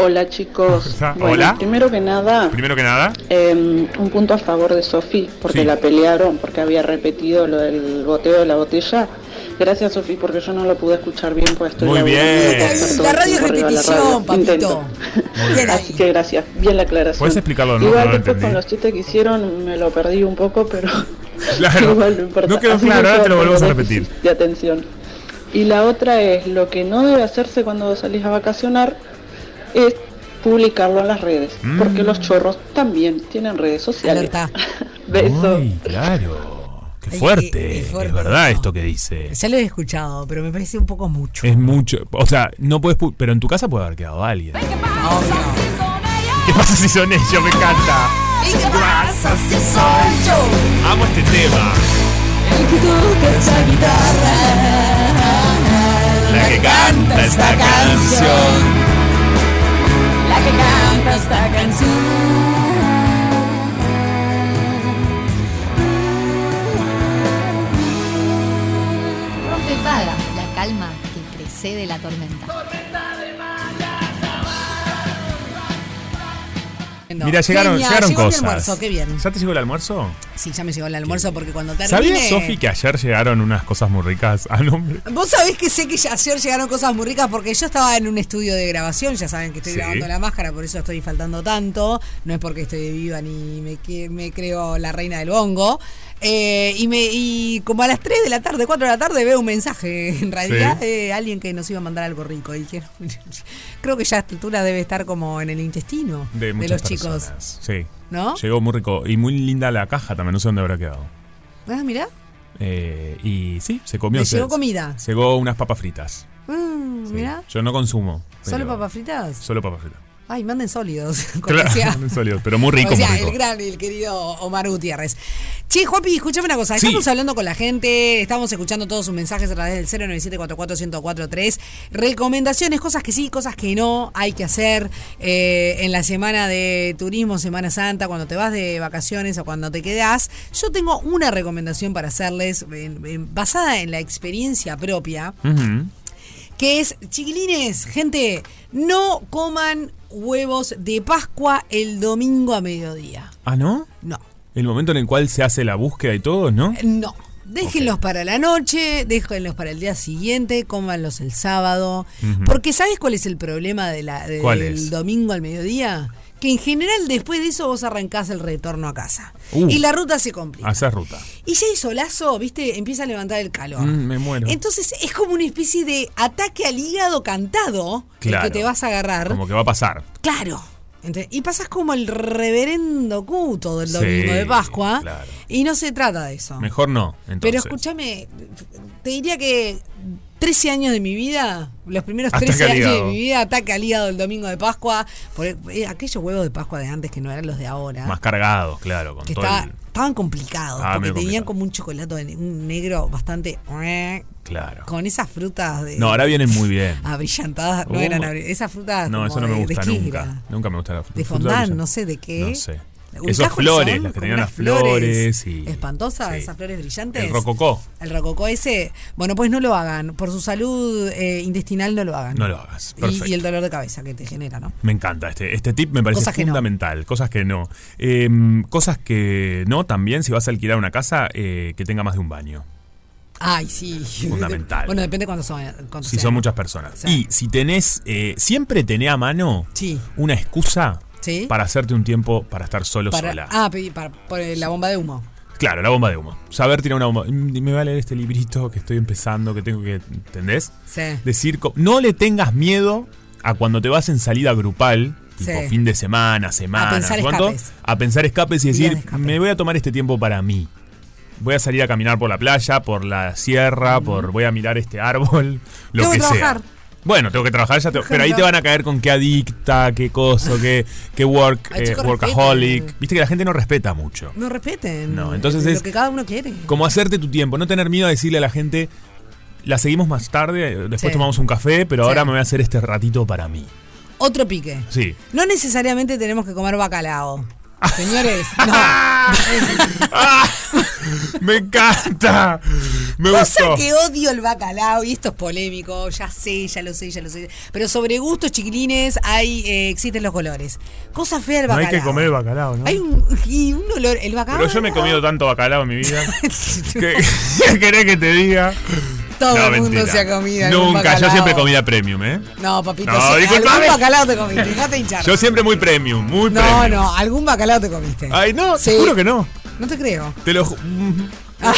Speaker 8: hola chicos.
Speaker 3: Ja,
Speaker 8: Bueno,
Speaker 3: Ah, hola.
Speaker 8: Primero que nada,
Speaker 3: Primero que nada,
Speaker 8: em, un punto a favor de Sofi, porque
Speaker 3: Sí.
Speaker 8: la pelearon, porque había repetido lo del boteo de la botella. Gracias Sofi, porque yo no lo pude escuchar bien, pues estoy
Speaker 3: Muy
Speaker 8: laburando y
Speaker 3: bien.
Speaker 8: voy a estar todo
Speaker 2: La
Speaker 8: el
Speaker 2: radio es
Speaker 8: tiempo arriba de la
Speaker 2: repetición,
Speaker 8: radio. Intento.
Speaker 2: papito. Bien
Speaker 8: Así
Speaker 2: ahí.
Speaker 8: que gracias, bien la aclaración.
Speaker 3: ¿Puedes explicarlo de nuevo?
Speaker 8: Igual
Speaker 3: No lo
Speaker 8: después con
Speaker 3: entendí.
Speaker 8: los chistes que hicieron me lo perdí un poco, pero
Speaker 3: Claro.
Speaker 8: igual no importa.
Speaker 3: No quedó
Speaker 8: Así
Speaker 3: claro,
Speaker 8: que
Speaker 3: ahora te lo
Speaker 8: yo
Speaker 3: volvemos a
Speaker 8: tengo
Speaker 3: repetir.
Speaker 8: déficit De atención. Y la otra es, lo que no debe hacerse cuando salís a vacacionar es publicarlo en las redes,
Speaker 3: Mm.
Speaker 8: porque los chorros también tienen redes sociales.
Speaker 2: Alerta.
Speaker 8: Besos.
Speaker 3: Uy, claro. Qué
Speaker 2: Ay,
Speaker 3: fuerte.
Speaker 2: qué- qué fuerte,
Speaker 3: Es
Speaker 2: no.
Speaker 3: verdad esto que dice.
Speaker 2: Ya lo he escuchado, pero me parece un poco mucho.
Speaker 3: Es mucho. O sea, no puedes. pu- Pero en tu casa puede haber quedado alguien. ¿Qué
Speaker 2: Oh, Obvio.
Speaker 3: pasa si son ellos? Me encanta. Amo este tema. La que canta esta canción.
Speaker 5: Rompe paga, la calma que precede la tormenta.
Speaker 3: Mira, llegaron,
Speaker 2: Genial,
Speaker 3: llegaron
Speaker 2: llegó mi
Speaker 3: cosas.
Speaker 2: almuerzo, qué bien.
Speaker 3: ¿Ya te llegó el almuerzo?
Speaker 2: Sí, ya me llegó el almuerzo porque cuando termine...
Speaker 3: ¿Sabías, Sofi, que ayer llegaron unas cosas muy ricas a nombre?
Speaker 2: Vos sabés que sé que ya ayer llegaron cosas muy ricas porque yo estaba en un estudio de grabación, ya saben que estoy
Speaker 3: Sí.
Speaker 2: grabando la máscara, por eso estoy faltando tanto, no es porque estoy de viva ni me, que- me creo la reina del bongo. Eh, y, me, y como a las 3 de la tarde, 4 de la tarde veo un mensaje, en realidad,
Speaker 3: Sí.
Speaker 2: de alguien que nos iba a mandar algo rico. Y dije, creo que ya a esta altura debe estar como en el intestino de,
Speaker 3: De muchas
Speaker 2: los
Speaker 3: personas.
Speaker 2: chicos.
Speaker 3: Sí.
Speaker 2: ¿No?
Speaker 3: Llegó muy rico. Y muy linda la caja también. No sé dónde habrá quedado.
Speaker 2: Ah, mirá.
Speaker 3: Eh, y sí, se comió.
Speaker 2: Le
Speaker 3: se-
Speaker 2: llegó comida.
Speaker 3: Llegó unas papas fritas.
Speaker 2: Mm,
Speaker 3: Sí.
Speaker 2: mirá.
Speaker 3: Yo no consumo.
Speaker 2: ¿Solo
Speaker 3: pero-
Speaker 2: papas fritas?
Speaker 3: Solo papas fritas.
Speaker 2: Ay, manden sólidos. como
Speaker 3: Claro,
Speaker 2: decía-
Speaker 3: en serio, pero muy rico,
Speaker 2: O sea,
Speaker 3: muy rico.
Speaker 2: el gran y el querido Omar Gutiérrez. Che, Juapi, escúchame una cosa.
Speaker 3: Sí.
Speaker 2: Estamos hablando con la gente, estamos escuchando todos sus mensajes a través del 097-44143. Recomendaciones, cosas que sí, cosas que no hay que hacer eh, en la semana de turismo, Semana Santa, cuando te vas de vacaciones o cuando te quedás. Yo tengo una recomendación para hacerles en- en- basada en la experiencia propia
Speaker 3: Ujú.
Speaker 2: que es, chiquilines, gente, no coman huevos de Pascua el domingo a mediodía.
Speaker 3: Ah, ¿no?
Speaker 2: No,
Speaker 3: El momento en el cual se hace la búsqueda y todo, ¿no?
Speaker 2: no. Déjenlos para la noche, déjenlos para el día siguiente, cómanlos el sábado. Porque ¿sabes cuál es el problema de la, de-
Speaker 3: ¿Cuál
Speaker 2: del
Speaker 3: es?
Speaker 2: domingo al mediodía? Que en general después de eso vos arrancás el retorno a casa.
Speaker 3: Uh.
Speaker 2: y la ruta se complica.
Speaker 3: Hacer ruta.
Speaker 2: Y ya hizo lazo, viste, empieza a levantar el calor.
Speaker 3: Mm, me muero.
Speaker 2: Entonces es como una especie de ataque al hígado cantado
Speaker 3: Claro.
Speaker 2: el que te vas a agarrar.
Speaker 3: Como que va a pasar.
Speaker 2: Claro. Ente- Y pasas como el reverendo cuto del
Speaker 3: Sí,
Speaker 2: domingo de Pascua.
Speaker 3: claro.
Speaker 2: Y no se trata de eso.
Speaker 3: Mejor no. Entonces.
Speaker 2: Pero escúchame, te diría que 13 años de mi vida, los primeros
Speaker 3: Ataque
Speaker 2: 13
Speaker 3: al
Speaker 2: años de
Speaker 3: hígado.
Speaker 2: mi vida, ataque al hígado el domingo de Pascua. Por, eh, aquellos huevos de Pascua de antes que no eran los de ahora.
Speaker 3: Más cargados, claro, con
Speaker 2: ¿eh? que
Speaker 3: todo
Speaker 2: estaba-
Speaker 3: el-
Speaker 2: estaban complicados.
Speaker 3: Ah,
Speaker 2: porque
Speaker 3: medio
Speaker 2: tenían
Speaker 3: complicado.
Speaker 2: como un chocolate ne- un negro bastante. eh,
Speaker 3: Claro.
Speaker 2: Con esas frutas de.
Speaker 3: No, ahora vienen muy bien.
Speaker 2: Abrillantadas. No
Speaker 3: Uh.
Speaker 2: eran abri- Esas frutas.
Speaker 3: No,
Speaker 2: como
Speaker 3: eso no me
Speaker 2: de- de
Speaker 3: gusta
Speaker 2: qué
Speaker 3: nunca.
Speaker 2: era.
Speaker 3: Nunca me gusta la fruta.
Speaker 2: De fondant, no sé de qué.
Speaker 3: No sé.
Speaker 2: Un
Speaker 3: Esos
Speaker 2: cajo que
Speaker 3: flores,
Speaker 2: son
Speaker 3: las que
Speaker 2: como
Speaker 3: tenían
Speaker 2: unas
Speaker 3: las flores. y-
Speaker 2: Espantosas,
Speaker 3: sí.
Speaker 2: esas flores brillantes.
Speaker 3: El rococó.
Speaker 2: El rococó ese. Bueno, pues no lo hagan. Por su salud eh, intestinal no lo hagan.
Speaker 3: No lo hagas.
Speaker 2: Y-
Speaker 3: Perfecto.
Speaker 2: Y, el dolor de cabeza que te genera, ¿no?
Speaker 3: Me encanta este, este tip, me parece
Speaker 2: Cosas que no.
Speaker 3: fundamental. Cosas que no. Eh, cosas que no también, si vas a alquilar una casa, eh, que tenga más de un baño.
Speaker 2: Ay, sí.
Speaker 3: Fundamental.
Speaker 2: bueno, depende cuántos son. cuántos
Speaker 3: Si
Speaker 2: sean,
Speaker 3: son
Speaker 2: ¿no?
Speaker 3: muchas personas.
Speaker 2: Sí.
Speaker 3: Y si tenés, eh, siempre tenés a mano
Speaker 2: Sí.
Speaker 3: una excusa
Speaker 2: Sí.
Speaker 3: para hacerte un tiempo para estar solo
Speaker 2: Para-
Speaker 3: sola.
Speaker 2: ah, pe- para, por eh, la bomba de humo.
Speaker 3: Claro, la bomba de humo. Saber tirar una bomba. Mm, Me va a leer este librito que estoy empezando, que tengo que. ¿Entendés?
Speaker 2: Sí.
Speaker 3: Decir, co- no le tengas miedo a cuando te vas en salida grupal, tipo
Speaker 2: Sí.
Speaker 3: fin de semana, semana,
Speaker 2: A pensar
Speaker 3: no sé ¿cuánto?
Speaker 2: escapes.
Speaker 3: A pensar escapes y
Speaker 2: Días de
Speaker 3: decir,
Speaker 2: escape.
Speaker 3: me voy a tomar este tiempo para mí. Voy a salir a caminar por la playa, por la sierra, por voy a mirar este árbol, lo
Speaker 2: Tengo
Speaker 3: que
Speaker 2: que trabajar.
Speaker 3: sea. Bueno, tengo que trabajar, ya te- pero ahí
Speaker 2: ejemplo.
Speaker 3: te van a caer con qué adicta, qué coso, qué, qué work,
Speaker 2: Ay,
Speaker 3: eh,
Speaker 2: chicos,
Speaker 3: workaholic.
Speaker 2: respeten.
Speaker 3: Viste que la gente no respeta mucho.
Speaker 2: No respeten.
Speaker 3: No, entonces
Speaker 2: Lo
Speaker 3: es-
Speaker 2: que cada uno quiere.
Speaker 3: Como hacerte tu tiempo, no tener miedo a decirle a la gente, la seguimos más tarde, eh, después
Speaker 2: Sí.
Speaker 3: tomamos un café, pero
Speaker 2: Sí.
Speaker 3: ahora me voy a hacer este ratito para mí.
Speaker 2: otro pique.
Speaker 3: Sí.
Speaker 2: No necesariamente tenemos que comer bacalao. Señores, no.
Speaker 3: ¡Ah! ¡Me encanta! Me
Speaker 2: Cosa
Speaker 3: gustó.
Speaker 2: que odio el bacalao, y esto es polémico, ya sé, ya lo sé, ya lo sé. Pero sobre gustos, chiquilines, hay, eh, existen los colores. Cosa fea el
Speaker 3: No hay
Speaker 2: bacalao.
Speaker 3: que comer el bacalao, ¿no?
Speaker 2: Hay un, y un olor, el bacalao.
Speaker 3: Pero yo me he comido tanto bacalao en mi vida.
Speaker 2: No,
Speaker 3: ¿Qué, qué querés que te diga?
Speaker 2: Todo
Speaker 3: No,
Speaker 2: el mundo
Speaker 3: mentira.
Speaker 2: se ha comido. algún
Speaker 3: Nunca, yo
Speaker 2: bacalao.
Speaker 3: siempre comida premium, ¿eh?
Speaker 2: No, papito,
Speaker 3: No,
Speaker 2: sí,
Speaker 3: disculpame.
Speaker 2: algún bacalao te comiste, dejate hinchar.
Speaker 3: Yo siempre muy premium, muy
Speaker 2: no,
Speaker 3: premium.
Speaker 2: no, algún bacalao te comiste.
Speaker 3: Ay, no,
Speaker 2: Sí.
Speaker 3: te juro que no.
Speaker 2: No te creo.
Speaker 3: Te lo ju- Mm.
Speaker 2: Ah,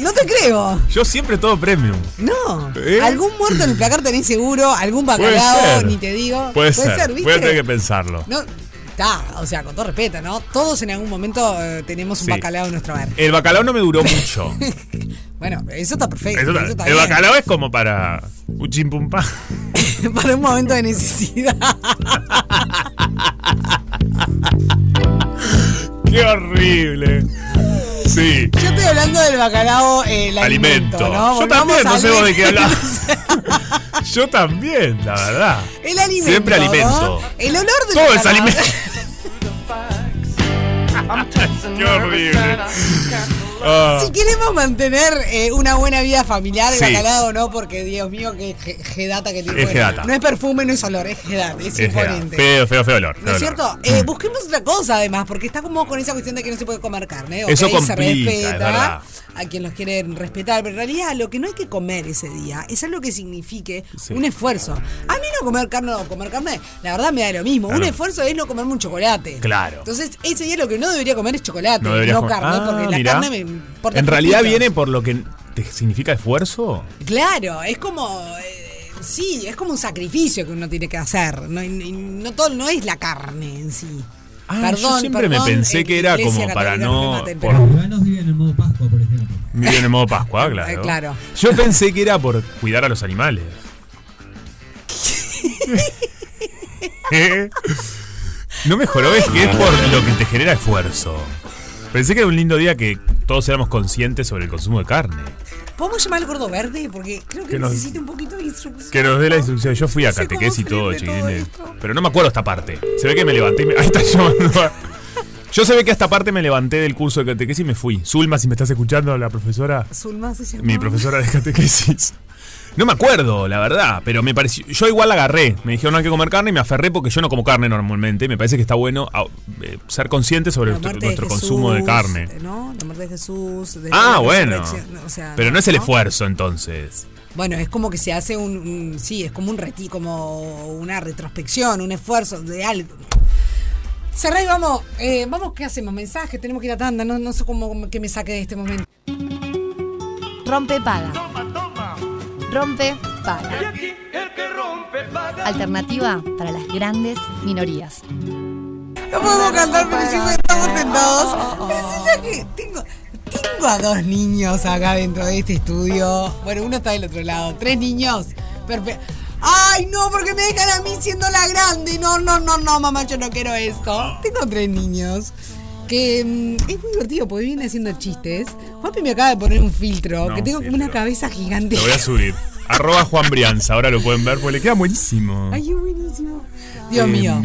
Speaker 2: no te creo.
Speaker 3: Yo siempre todo premium.
Speaker 2: No.
Speaker 3: ¿Eh?
Speaker 2: Algún muerto en el placar tenés seguro, algún
Speaker 3: Puede
Speaker 2: bacalao,
Speaker 3: ser.
Speaker 2: ni te digo.
Speaker 3: Puede, ser.
Speaker 2: ¿viste?
Speaker 3: Voy a tener que pensarlo.
Speaker 2: No, está, o sea, con todo respeto, ¿no? Todos en algún momento eh, tenemos un
Speaker 3: Sí.
Speaker 2: bacalao en nuestro bar.
Speaker 3: El bacalao no me duró mucho.
Speaker 2: Bueno, eso está perfecto.
Speaker 3: Eso
Speaker 2: Eso
Speaker 3: ta-
Speaker 2: está
Speaker 3: el
Speaker 2: bien.
Speaker 3: bacalao es como para un chimpumpa.
Speaker 2: Para un momento de necesidad.
Speaker 3: ¡Qué horrible! Sí.
Speaker 2: Yo estoy hablando del bacalao, eh, el alimento.
Speaker 3: Alimento.
Speaker 2: ¿no?
Speaker 3: Yo
Speaker 2: Volvamos
Speaker 3: también, no
Speaker 2: al-
Speaker 3: sé vos de qué hablás. Yo también, la verdad.
Speaker 2: El alimento.
Speaker 3: Siempre
Speaker 2: ¿no?
Speaker 3: alimento.
Speaker 2: El olor del
Speaker 3: Todo es
Speaker 2: bacalao.
Speaker 3: alimento. ¡Qué horrible! Ah,
Speaker 2: Si queremos mantener eh, una buena vida familiar, el
Speaker 3: Sí.
Speaker 2: bacalao no, porque Dios mío, que je- jedata que tiene.
Speaker 3: Es jedata.
Speaker 2: No es perfume, no es olor, es jedata, es,
Speaker 3: es
Speaker 2: imponente.
Speaker 3: feo, feo, feo olor.
Speaker 2: ¿No
Speaker 3: feo
Speaker 2: es
Speaker 3: olor.
Speaker 2: cierto? Eh, busquemos otra cosa además, porque está como con esa cuestión de que no se puede comer carne. ok,
Speaker 3: Eso
Speaker 2: se
Speaker 3: complica, es
Speaker 2: respeta
Speaker 3: verdad.
Speaker 2: a quien los quiere respetar, pero en realidad lo que no hay que comer ese día es algo que signifique
Speaker 3: Sí.
Speaker 2: un esfuerzo. A mí no comer carne o comer carne, la verdad me da lo mismo. Un
Speaker 3: Claro.
Speaker 2: esfuerzo es no comerme un chocolate.
Speaker 3: Claro.
Speaker 2: Entonces, ese día lo que no debería comer es chocolate, no,
Speaker 3: deberías comer-
Speaker 2: carne,
Speaker 3: Ah,
Speaker 2: porque la
Speaker 3: mirá.
Speaker 2: carne me importa.
Speaker 3: En realidad
Speaker 2: poquito.
Speaker 3: viene por lo que te significa esfuerzo.
Speaker 2: Claro, es como. eh, sí, es como un sacrificio que uno tiene que hacer. No, y- y no todo, no es la carne en sí.
Speaker 3: Ah, yo siempre me pensé
Speaker 2: eh,
Speaker 3: que era
Speaker 2: Iglesia
Speaker 3: como para
Speaker 2: Católica,
Speaker 3: no-
Speaker 2: me maten,
Speaker 3: por-
Speaker 2: pero-
Speaker 3: Vive en el modo Pascua, claro.
Speaker 2: Eh, claro.
Speaker 3: Yo pensé que era por cuidar a los animales. ¿Eh? No mejoró, es que es por lo que te genera esfuerzo. Pensé que era un lindo día que todos éramos conscientes sobre el consumo de carne.
Speaker 2: ¿Podemos llamar al gordo verde? Porque creo que,
Speaker 3: Que nos-
Speaker 2: necesita un poquito de instrucción.
Speaker 3: Que nos dé la instrucción. Yo fui a
Speaker 2: No sé cómo
Speaker 3: catequesis y todo, eh.
Speaker 2: sufrir de todo
Speaker 3: chiquilines.
Speaker 2: esto.
Speaker 3: Pero no me acuerdo esta parte. Se ve que me levanté y me. Ahí está llamando. a- Yo se ve que a esta parte me levanté del curso de catequesis y me fui. Zulma, si me estás escuchando, la profesora.
Speaker 2: Zulma se llama.
Speaker 3: Mi profesora de catequesis. No me acuerdo, la verdad, pero me pareció. Yo igual la agarré. Me dijeron no hay que comer carne y me aferré porque yo no como carne normalmente. Me parece que está bueno ah, eh, ser consciente sobre
Speaker 2: La
Speaker 3: nuestro,
Speaker 2: muerte de
Speaker 3: nuestro consumo de
Speaker 2: Jesús,
Speaker 3: carne.
Speaker 2: eh, ¿No? La muerte de Jesús. de
Speaker 3: Ah,
Speaker 2: la
Speaker 3: bueno.
Speaker 2: resurrección, o sea,
Speaker 3: Pero no es el esfuerzo entonces.
Speaker 2: Bueno, es como que se hace un, un- sí, es como un reti, como una retrospección, un esfuerzo de algo. Cerrá y vamos, eh, vamos, ¿qué hacemos? Mensaje, tenemos que ir a tanda, no, no sé cómo que me saque de este momento.
Speaker 5: Rompe, paga. Rompe, paga. Alternativa para las grandes minorías.
Speaker 2: No podemos cantar, Oh, pero siempre estamos tentados. Pero es que tengo, tengo a dos niños acá dentro de este estudio. Bueno, uno está del otro lado, tres niños. Perfecto. Ay, no, porque me dejan a mí siendo la grande. No, no, no, no, mamá, yo no quiero esto. Tengo tres niños. Que mm, es muy divertido porque viene haciendo chistes. Juanpi me acaba de poner un filtro,
Speaker 3: No,
Speaker 2: que tengo
Speaker 3: un
Speaker 2: como una
Speaker 3: filtro.
Speaker 2: cabeza gigante.
Speaker 3: Lo voy a subir. Arroba Juan Brianza, ahora lo pueden ver porque le queda buenísimo.
Speaker 2: Ay, es buenísimo.
Speaker 3: Eh,
Speaker 2: Dios mío.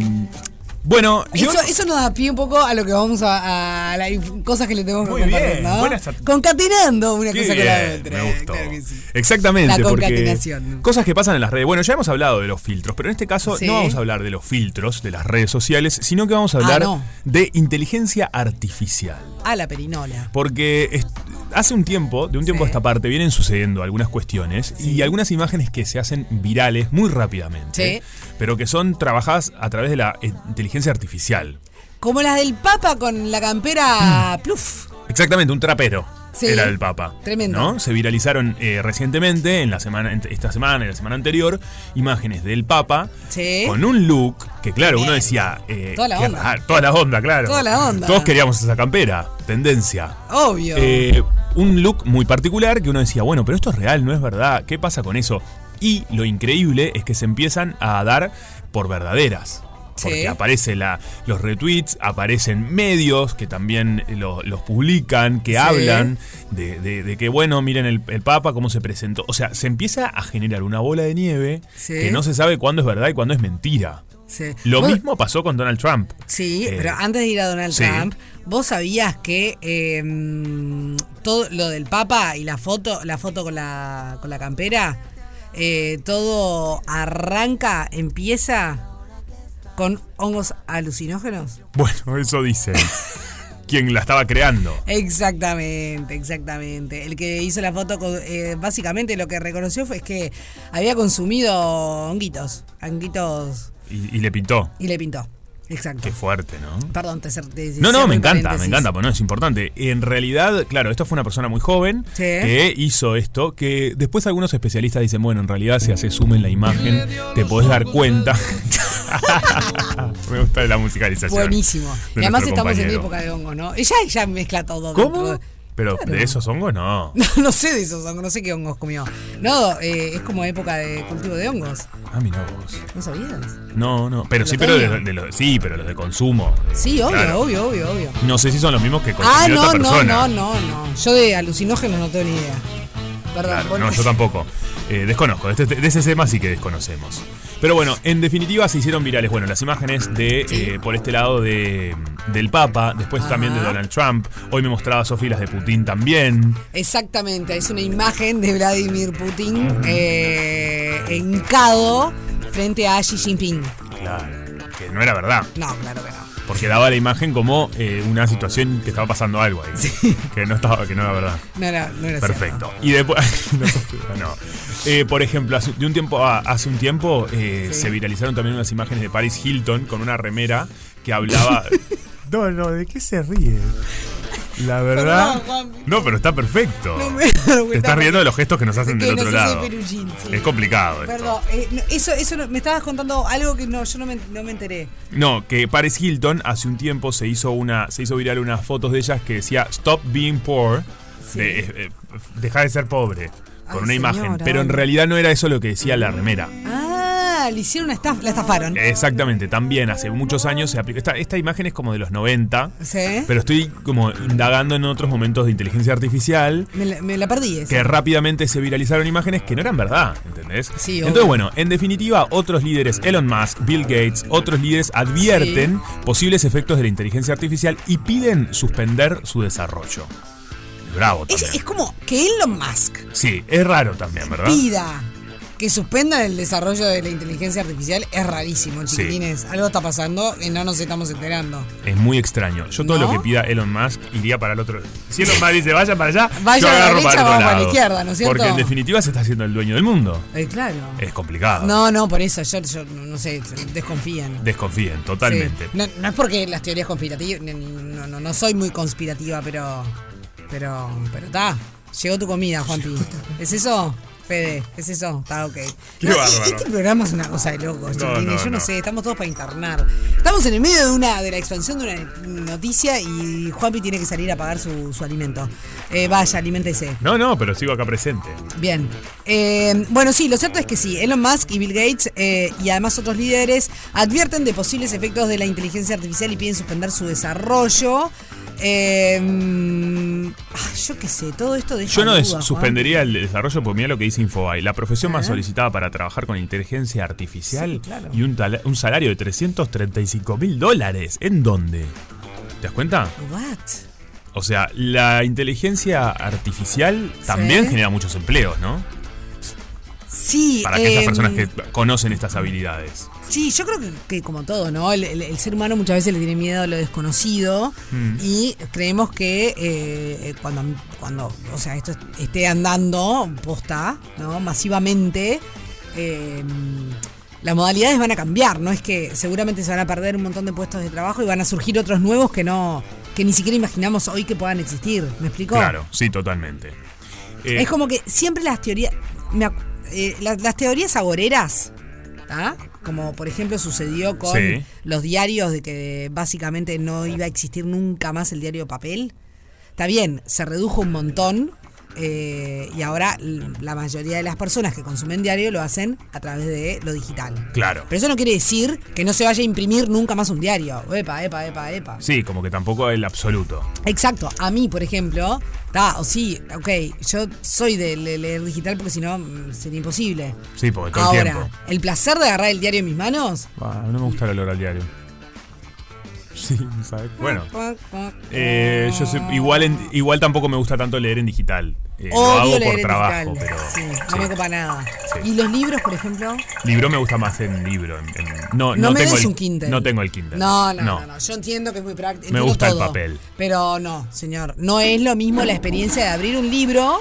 Speaker 3: Bueno, yo-
Speaker 2: Eso, eso nos da pie un poco a lo que vamos a, a las inf- cosas que le tenemos que
Speaker 3: Muy
Speaker 2: compartir,
Speaker 3: bien,
Speaker 2: ¿no?
Speaker 3: buenas a-
Speaker 2: Concatenando una
Speaker 3: Qué
Speaker 2: cosa con la
Speaker 3: bien,
Speaker 2: otra.
Speaker 3: me gustó.
Speaker 2: claro que sí.
Speaker 3: Exactamente,
Speaker 2: La
Speaker 3: porque
Speaker 2: concatenación.
Speaker 3: cosas que pasan en las redes. Bueno, ya hemos hablado de los filtros, pero en este caso
Speaker 2: Sí. Ah,
Speaker 3: no vamos a hablar de los filtros de las redes sociales, sino que vamos a hablar
Speaker 2: no.
Speaker 3: de inteligencia artificial.
Speaker 2: A la perinola.
Speaker 3: Porque es- hace un tiempo, de un tiempo
Speaker 2: Sí.
Speaker 3: a esta parte, vienen sucediendo algunas cuestiones y algunas imágenes que se hacen virales muy rápidamente, pero que son trabajadas a través de la eh, inteligencia artificial.
Speaker 2: Como las del Papa con la
Speaker 3: Mm.
Speaker 2: campera pluf.
Speaker 3: Exactamente, un trapero.
Speaker 2: Sí.
Speaker 3: Era el Papa.
Speaker 2: Tremendo.
Speaker 3: ¿no? Se viralizaron eh, recientemente, en la semana, en esta semana y la semana anterior, imágenes del Papa
Speaker 2: Sí.
Speaker 3: con un look que, claro, uno decía. eh,
Speaker 2: Toda la
Speaker 3: qué
Speaker 2: onda.
Speaker 3: raro, toda la onda, claro.
Speaker 2: Toda la onda.
Speaker 3: Todos queríamos esa campera. Tendencia.
Speaker 2: Obvio.
Speaker 3: Eh, un look muy particular que uno decía, bueno, pero esto es real, no es verdad, ¿qué pasa con eso? Y lo increíble es que se empiezan a dar por verdaderas.
Speaker 2: Sí.
Speaker 3: Porque aparecen los retweets, aparecen medios que también lo- los publican, que
Speaker 2: Sí.
Speaker 3: hablan de, de- de que, bueno, miren el, el Papa, cómo se presentó. O sea, se empieza a generar una bola de nieve
Speaker 2: Sí.
Speaker 3: que no se sabe cuándo es verdad y cuándo es mentira.
Speaker 2: Sí.
Speaker 3: Lo
Speaker 2: Vos-
Speaker 3: mismo pasó con Donald Trump.
Speaker 2: Sí,
Speaker 3: Eh,
Speaker 2: pero antes de ir a Donald
Speaker 3: sí.
Speaker 2: Trump, vos sabías que eh, todo lo del Papa y la foto, la foto con la, con la campera, eh, todo arranca, empieza con hongos alucinógenos.
Speaker 3: Bueno, eso dice quien la estaba creando.
Speaker 2: Exactamente, exactamente. El que hizo la foto, con- eh, básicamente lo que reconoció fue que había consumido honguitos, honguitos,
Speaker 3: Y, y le pintó.
Speaker 2: y le pintó. Exacto.
Speaker 3: Qué fuerte, ¿no?
Speaker 2: Perdón, te, cer- te-
Speaker 3: No, no,
Speaker 2: cierro
Speaker 3: me
Speaker 2: el
Speaker 3: encanta, me
Speaker 2: paréntesis.
Speaker 3: encanta, bueno, es importante. En realidad, claro, esto fue una persona muy joven
Speaker 2: Sí.
Speaker 3: que hizo esto, que después algunos especialistas dicen, bueno, en realidad si haces zoom en la imagen, te podés dar cuenta. me gusta la musicalización.
Speaker 2: Buenísimo.
Speaker 3: de
Speaker 2: Y además
Speaker 3: nuestro
Speaker 2: estamos en
Speaker 3: compañero.
Speaker 2: época de hongo, ¿no? Ella ya mezcla todo. dentro
Speaker 3: ¿Cómo?
Speaker 2: de-
Speaker 3: Pero
Speaker 2: Claro.
Speaker 3: de esos hongos no.
Speaker 2: No, no sé de esos hongos, no sé qué hongos comió. No, eh, es como época de cultivo de hongos.
Speaker 3: Ah, mira vos.
Speaker 2: ¿No sabías?
Speaker 3: No, no. Pero sí,
Speaker 2: ¿Lo
Speaker 3: pero de,
Speaker 2: tengo?
Speaker 3: de los, sí, pero los de consumo.
Speaker 2: Sí, obvio,
Speaker 3: Claro.
Speaker 2: obvio, obvio, obvio.
Speaker 3: No sé si son los mismos que consumió
Speaker 2: Ah, no,
Speaker 3: otra
Speaker 2: no,
Speaker 3: persona.
Speaker 2: no, no, no. Yo de alucinógenos no tengo ni idea. Perdón,
Speaker 3: Claro,
Speaker 2: vos-
Speaker 3: no, yo tampoco. Eh, desconozco, de, este- de ese tema sí que desconocemos. Pero bueno, en definitiva se hicieron virales. Bueno, las imágenes de eh, por este lado de, del Papa, después también de Donald Trump. Hoy me mostraba Sofía las de Putin también.
Speaker 2: Exactamente, es una imagen de Vladimir Putin eh, hincado frente a Xi Jinping.
Speaker 3: Claro, que no era verdad,
Speaker 2: No, claro que no.
Speaker 3: porque daba la imagen como eh, una situación que estaba pasando algo ahí. Que no estaba, que no era verdad.
Speaker 2: No era, no era
Speaker 3: Perfecto. Y después. no, no. Eh, por ejemplo, hace, de un tiempo a- hace un tiempo eh, se viralizaron también unas imágenes de Paris Hilton con una remera que hablaba. no, no, ¿de qué se ríe? La verdad.
Speaker 2: Perdón, Juanpi.
Speaker 3: No, pero está perfecto.
Speaker 2: No me he dado
Speaker 3: Te
Speaker 2: cuenta
Speaker 3: estás riendo de los gestos que nos hacen
Speaker 2: que
Speaker 3: del
Speaker 2: nos
Speaker 3: otro
Speaker 2: hace
Speaker 3: lado.
Speaker 2: Perugín, sí.
Speaker 3: Es complicado esto.
Speaker 2: Perdón, eh, no, eso, eso no- me estabas contando algo que no, yo no me, no me enteré.
Speaker 3: No, que Paris Hilton hace un tiempo se hizo una se hizo viral unas fotos de ellas que decía Stop being poor, de, eh, eh, deja de ser pobre,
Speaker 2: Ay,
Speaker 3: con una imagen,
Speaker 2: señora.
Speaker 3: pero en realidad no era eso lo que decía la remera.
Speaker 2: Ah, le hicieron una estafa, la estafaron.
Speaker 3: Eh, Exactamente, también hace muchos años se aplicó. Esta, esta imagen es como de los 90,
Speaker 2: Sí.
Speaker 3: pero estoy como indagando en otros momentos de inteligencia artificial
Speaker 2: Me la, me la perdí esa.
Speaker 3: que rápidamente se viralizaron imágenes que no eran verdad, ¿entendés?
Speaker 2: Sí, obvio.
Speaker 3: Entonces, bueno, en definitiva, otros líderes, Elon Musk, Bill Gates, otros líderes advierten posibles efectos de la inteligencia artificial y piden suspender su desarrollo. Bravo
Speaker 2: Es,
Speaker 3: también.
Speaker 2: es como que Elon Musk
Speaker 3: Sí, es raro también, ¿verdad?
Speaker 2: pida que suspendan el desarrollo de la inteligencia artificial es rarísimo,
Speaker 3: Sí.
Speaker 2: chiquilines. Algo está pasando y no nos estamos enterando.
Speaker 3: Es muy extraño. Yo todo
Speaker 2: ¿No?
Speaker 3: lo que pida Elon Musk iría para el otro. Si Elon Musk dice vayan para allá,
Speaker 2: Vaya
Speaker 3: yo
Speaker 2: a la
Speaker 3: agarro
Speaker 2: derecha,
Speaker 3: para el otro
Speaker 2: vamos para la
Speaker 3: lado.
Speaker 2: izquierda, ¿no es cierto?
Speaker 3: Porque en definitiva se está haciendo el dueño del mundo.
Speaker 2: Eh, claro.
Speaker 3: Es complicado.
Speaker 2: No, no, por eso, yo, yo no no sé, desconfían.
Speaker 3: Desconfíen, totalmente.
Speaker 2: Sí. No, no es porque las teorías conspirativas, ni- ni- no, no, no soy muy conspirativa, pero. Pero. Pero está. Llegó tu comida, Juanpi. ¿Es eso? Fede, es eso, está ok.
Speaker 3: Qué
Speaker 2: No, y-
Speaker 3: bárbaro.
Speaker 2: Este programa es una cosa de locos,
Speaker 3: No,
Speaker 2: chiquilines,
Speaker 3: no,
Speaker 2: Yo no,
Speaker 3: no.
Speaker 2: sé, estamos todos para internar. Estamos en el medio de una, de la expansión de una noticia y Juanpi tiene que salir a pagar su, su alimento. Eh, vaya, aliméntese.
Speaker 3: No, no, pero sigo acá presente.
Speaker 2: Bien. Eh, bueno, sí, lo cierto es que sí, Elon Musk y Bill Gates eh, y además otros líderes advierten de posibles efectos de la inteligencia artificial y piden suspender su desarrollo. Eh, ah, yo qué sé, todo esto de
Speaker 3: Yo no des- suspendería el desarrollo porque mira lo que dice Infobay. La profesión más solicitada para trabajar con inteligencia artificial
Speaker 2: Sí, claro.
Speaker 3: y un, tala- un salario de 335 mil dólares. ¿En dónde? ¿Te das cuenta?
Speaker 2: What?
Speaker 3: O sea, la inteligencia artificial también
Speaker 2: Sí.
Speaker 3: genera muchos empleos, ¿no?
Speaker 2: Sí,
Speaker 3: Para aquellas
Speaker 2: em,
Speaker 3: personas que conocen estas habilidades.
Speaker 2: Sí, yo creo que, que como todo, ¿no? El, el- el ser humano muchas veces le tiene miedo a lo desconocido y creemos que eh, cuando, cuando, o sea, esto esté andando, posta, ¿no? Masivamente, eh, las modalidades van a cambiar, ¿no? Es que seguramente se van a perder un montón de puestos de trabajo y van a surgir otros nuevos que no, que ni siquiera imaginamos hoy que puedan existir. ¿Me explico?
Speaker 3: Claro, sí, totalmente. Eh,
Speaker 2: Es como que siempre las teorías. me acu- eh, las, las teorías agoreras, ¿tá? Como por ejemplo sucedió con
Speaker 3: Sí.
Speaker 2: los diarios de que básicamente no iba a existir nunca más el diario de papel. Está bien, se redujo un montón. eh, y ahora l- la mayoría de las personas que consumen diario lo hacen a través de lo digital.
Speaker 3: Claro.
Speaker 2: Pero eso no quiere decir que no se vaya a imprimir nunca más un diario. Epa, epa, epa, epa.
Speaker 3: Sí, como que tampoco el absoluto.
Speaker 2: Exacto. A mí, por ejemplo, Está, o sí, ok, yo soy de le- leer digital porque si no mm, sería imposible.
Speaker 3: Sí, porque todo el
Speaker 2: Ahora,
Speaker 3: tiempo.
Speaker 2: el placer de agarrar el diario en mis manos.
Speaker 3: Bah, no me gusta el olor al diario. Sí, ¿sabes? Bueno.
Speaker 2: Cuac, cuac.
Speaker 3: Eh, yo soy- igual, en- igual tampoco me gusta tanto leer en digital. Eh, lo
Speaker 2: Odio
Speaker 3: hago
Speaker 2: leer
Speaker 3: por
Speaker 2: en
Speaker 3: trabajo,
Speaker 2: digital.
Speaker 3: pero.
Speaker 2: Sí, no
Speaker 3: sí.
Speaker 2: me copa nada.
Speaker 3: Sí.
Speaker 2: Y los libros, por ejemplo.
Speaker 3: Libro me gusta más en libro. en- en-
Speaker 2: No,
Speaker 3: no, no
Speaker 2: me
Speaker 3: tengo
Speaker 2: des
Speaker 3: el,
Speaker 2: un Kindle.
Speaker 3: No tengo el Kindle.
Speaker 2: No no, no, no. Yo entiendo que es muy práctico.
Speaker 3: Me
Speaker 2: entiendo
Speaker 3: gusta el
Speaker 2: todo.
Speaker 3: papel.
Speaker 2: Pero no, señor. No es lo mismo la experiencia de abrir un libro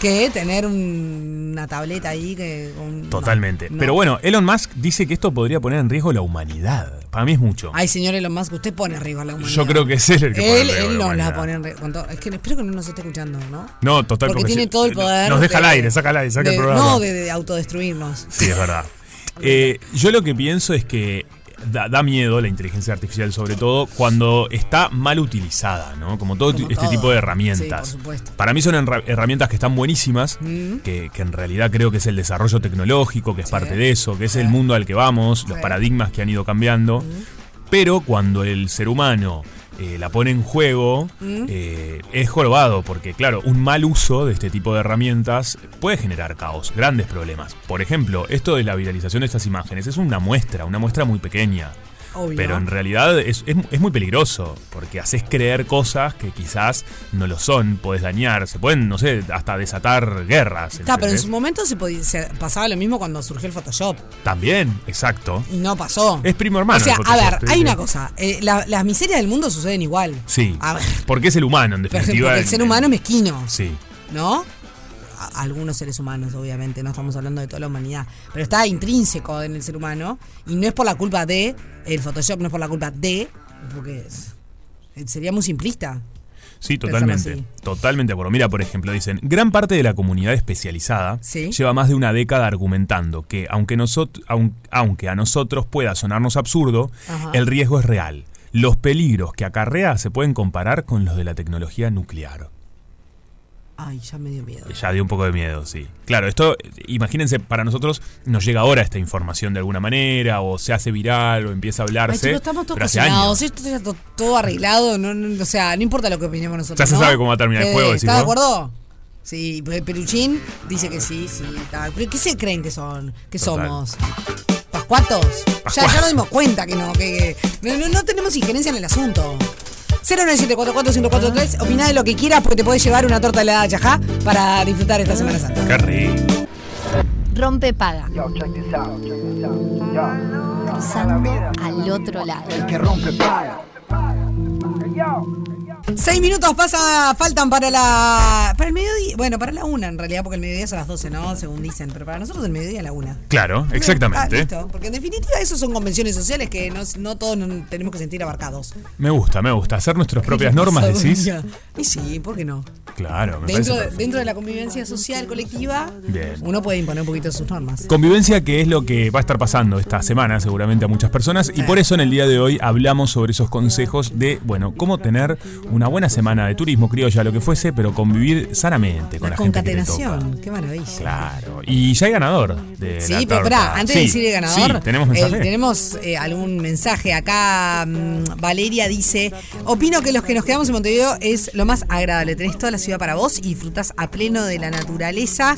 Speaker 2: que tener un- una tableta ahí que. un- no,
Speaker 3: Totalmente.
Speaker 2: no.
Speaker 3: Pero bueno, Elon Musk dice que esto podría poner en riesgo la humanidad. Para mí es mucho.
Speaker 2: Ay, señor Elon Musk, usted pone arriba la humanidad.
Speaker 3: Yo creo que es él el que pone en
Speaker 2: Él,
Speaker 3: riesgo
Speaker 2: él
Speaker 3: la
Speaker 2: nos la
Speaker 3: humanidad.
Speaker 2: pone en riesgo. con todo. Es que espero que no nos esté escuchando, ¿no?
Speaker 3: No, total.
Speaker 2: Porque tiene
Speaker 3: sí.
Speaker 2: todo el poder.
Speaker 3: Nos deja al
Speaker 2: de-
Speaker 3: aire, saca al aire, saca
Speaker 2: de-
Speaker 3: el programa.
Speaker 2: No, de, de autodestruirnos.
Speaker 3: Sí, es verdad. Eh, yo lo que pienso es que da, da miedo la inteligencia artificial, sobre todo cuando está mal utilizada, ¿no? Como todo
Speaker 2: Como
Speaker 3: este
Speaker 2: todo.
Speaker 3: tipo
Speaker 2: Sí, por
Speaker 3: de herramientas.
Speaker 2: supuesto. Mm.
Speaker 3: Para mí son enra- herramientas que están buenísimas, que, que en realidad creo que es el desarrollo tecnológico, que es parte de eso, que es el mundo al que vamos, los
Speaker 2: Sí.
Speaker 3: paradigmas que han ido cambiando. Pero cuando el ser humano eh, la pone en juego, eh, es jorobado, porque claro, un mal uso de este tipo de herramientas puede generar caos, grandes problemas. Por ejemplo, esto de la viralización de estas imágenes es una muestra, una muestra muy pequeña.
Speaker 2: Obvio.
Speaker 3: Pero en realidad es, es- es muy peligroso, porque haces creer cosas que quizás no lo son, podés dañar, se pueden, no sé, hasta desatar guerras.
Speaker 2: Está, pero en
Speaker 3: ¿entendés?
Speaker 2: su momento se, podía- se pasaba lo mismo cuando surgió el Photoshop.
Speaker 3: También, exacto.
Speaker 2: Y no pasó.
Speaker 3: Es primo hermano
Speaker 2: O sea,
Speaker 3: el
Speaker 2: a
Speaker 3: Photoshop,
Speaker 2: ver,
Speaker 3: te
Speaker 2: hay
Speaker 3: digo.
Speaker 2: una cosa. eh, la- las miserias del mundo suceden igual.
Speaker 3: Sí.
Speaker 2: A ver,
Speaker 3: Porque es el humano, en
Speaker 2: por ejemplo,
Speaker 3: definitiva.
Speaker 2: porque el
Speaker 3: en-
Speaker 2: ser humano es mezquino,
Speaker 3: Sí.
Speaker 2: ¿no? A- Algunos seres humanos, obviamente, no estamos hablando de toda la humanidad, pero está intrínseco en el ser humano y no es por la culpa de el Photoshop, no es por la culpa de, porque es- sería muy simplista.
Speaker 3: Sí,
Speaker 2: Pensarlo
Speaker 3: totalmente. Totalmente de acuerdo. Mira, por ejemplo, dicen, gran parte de la comunidad especializada
Speaker 2: Sí.
Speaker 3: lleva más de una década argumentando que, aunque, nosot- aun- aunque a nosotros pueda sonarnos absurdo,
Speaker 2: Ajá.
Speaker 3: el riesgo es real. Los peligros que acarrea se pueden comparar con los de la tecnología nuclear. Eh,
Speaker 2: Ay, ya me dio miedo.
Speaker 3: Ya dio un poco de miedo, sí. Claro, esto, eh, imagínense, para nosotros nos llega ahora esta información de alguna manera, o se hace viral, o empieza a
Speaker 2: Ay,
Speaker 3: hablarse.
Speaker 2: chicos, estamos todos
Speaker 3: pero hace
Speaker 2: cocinados,
Speaker 3: años.
Speaker 2: esto está to- todo arreglado, no, no- o sea, no importa lo que opinemos nosotros.
Speaker 3: Ya se
Speaker 2: ¿no?
Speaker 3: sabe cómo va a terminar el
Speaker 2: Eh,
Speaker 3: juego, decís
Speaker 2: ¿Estás de
Speaker 3: vos.
Speaker 2: acuerdo? Sí, Pe- Peruchín dice que sí, sí, tal. ¿Pero qué se creen que son? ¿Qué
Speaker 3: Total.
Speaker 2: somos? ¿Pascuatos? Ya,
Speaker 3: Pascuatos.
Speaker 2: ya nos dimos cuenta que no, que, que- no, no- no tenemos injerencia en el asunto. 09744 opina de lo que quieras porque te podés llevar una torta helada chajá para disfrutar esta Semana Santa.
Speaker 3: Qué rico.
Speaker 5: Rompe paga. Cruzando al otro lado.
Speaker 2: Seis minutos pasa, faltan para la. Para el mediodía. Bueno, para la una en realidad, porque el mediodía es a las 12, ¿no? Según dicen. Pero para nosotros el mediodía es la una.
Speaker 3: Claro,
Speaker 2: Ah,
Speaker 3: exactamente.
Speaker 2: listo. Porque en definitiva, esos son convenciones sociales que no, no todos nos tenemos que sentir abarcados.
Speaker 3: Me gusta, me gusta. Hacer nuestras propias normas, decís.
Speaker 2: Y sí, ¿por qué no?
Speaker 3: Claro, me
Speaker 2: Dentro,
Speaker 3: parece. perfecto.
Speaker 2: dentro de la convivencia social colectiva,
Speaker 3: Bien.
Speaker 2: uno puede imponer un poquito sus normas.
Speaker 3: Convivencia que es lo que va a estar pasando esta semana seguramente a muchas personas y por
Speaker 2: Eh.
Speaker 3: eso en el día de hoy hablamos sobre esos consejos de, bueno, cómo tener una buena semana de turismo criolla, lo que fuese, pero convivir sanamente con la,
Speaker 2: la
Speaker 3: gente que te toca.
Speaker 2: concatenación, qué maravilla.
Speaker 3: Claro. Y ya hay ganador de la
Speaker 2: Sí, pero
Speaker 3: torta.
Speaker 2: pará, antes de
Speaker 3: Sí,
Speaker 2: decir el ganador,
Speaker 3: sí, tenemos
Speaker 2: eh,
Speaker 3: mensaje.
Speaker 2: tenemos, eh, algún mensaje. Acá mm, Valeria dice: Opino que los que nos quedamos en Montevideo es lo más agradable. Tenés toda la ciudad para vos y disfrutás a pleno de la naturaleza.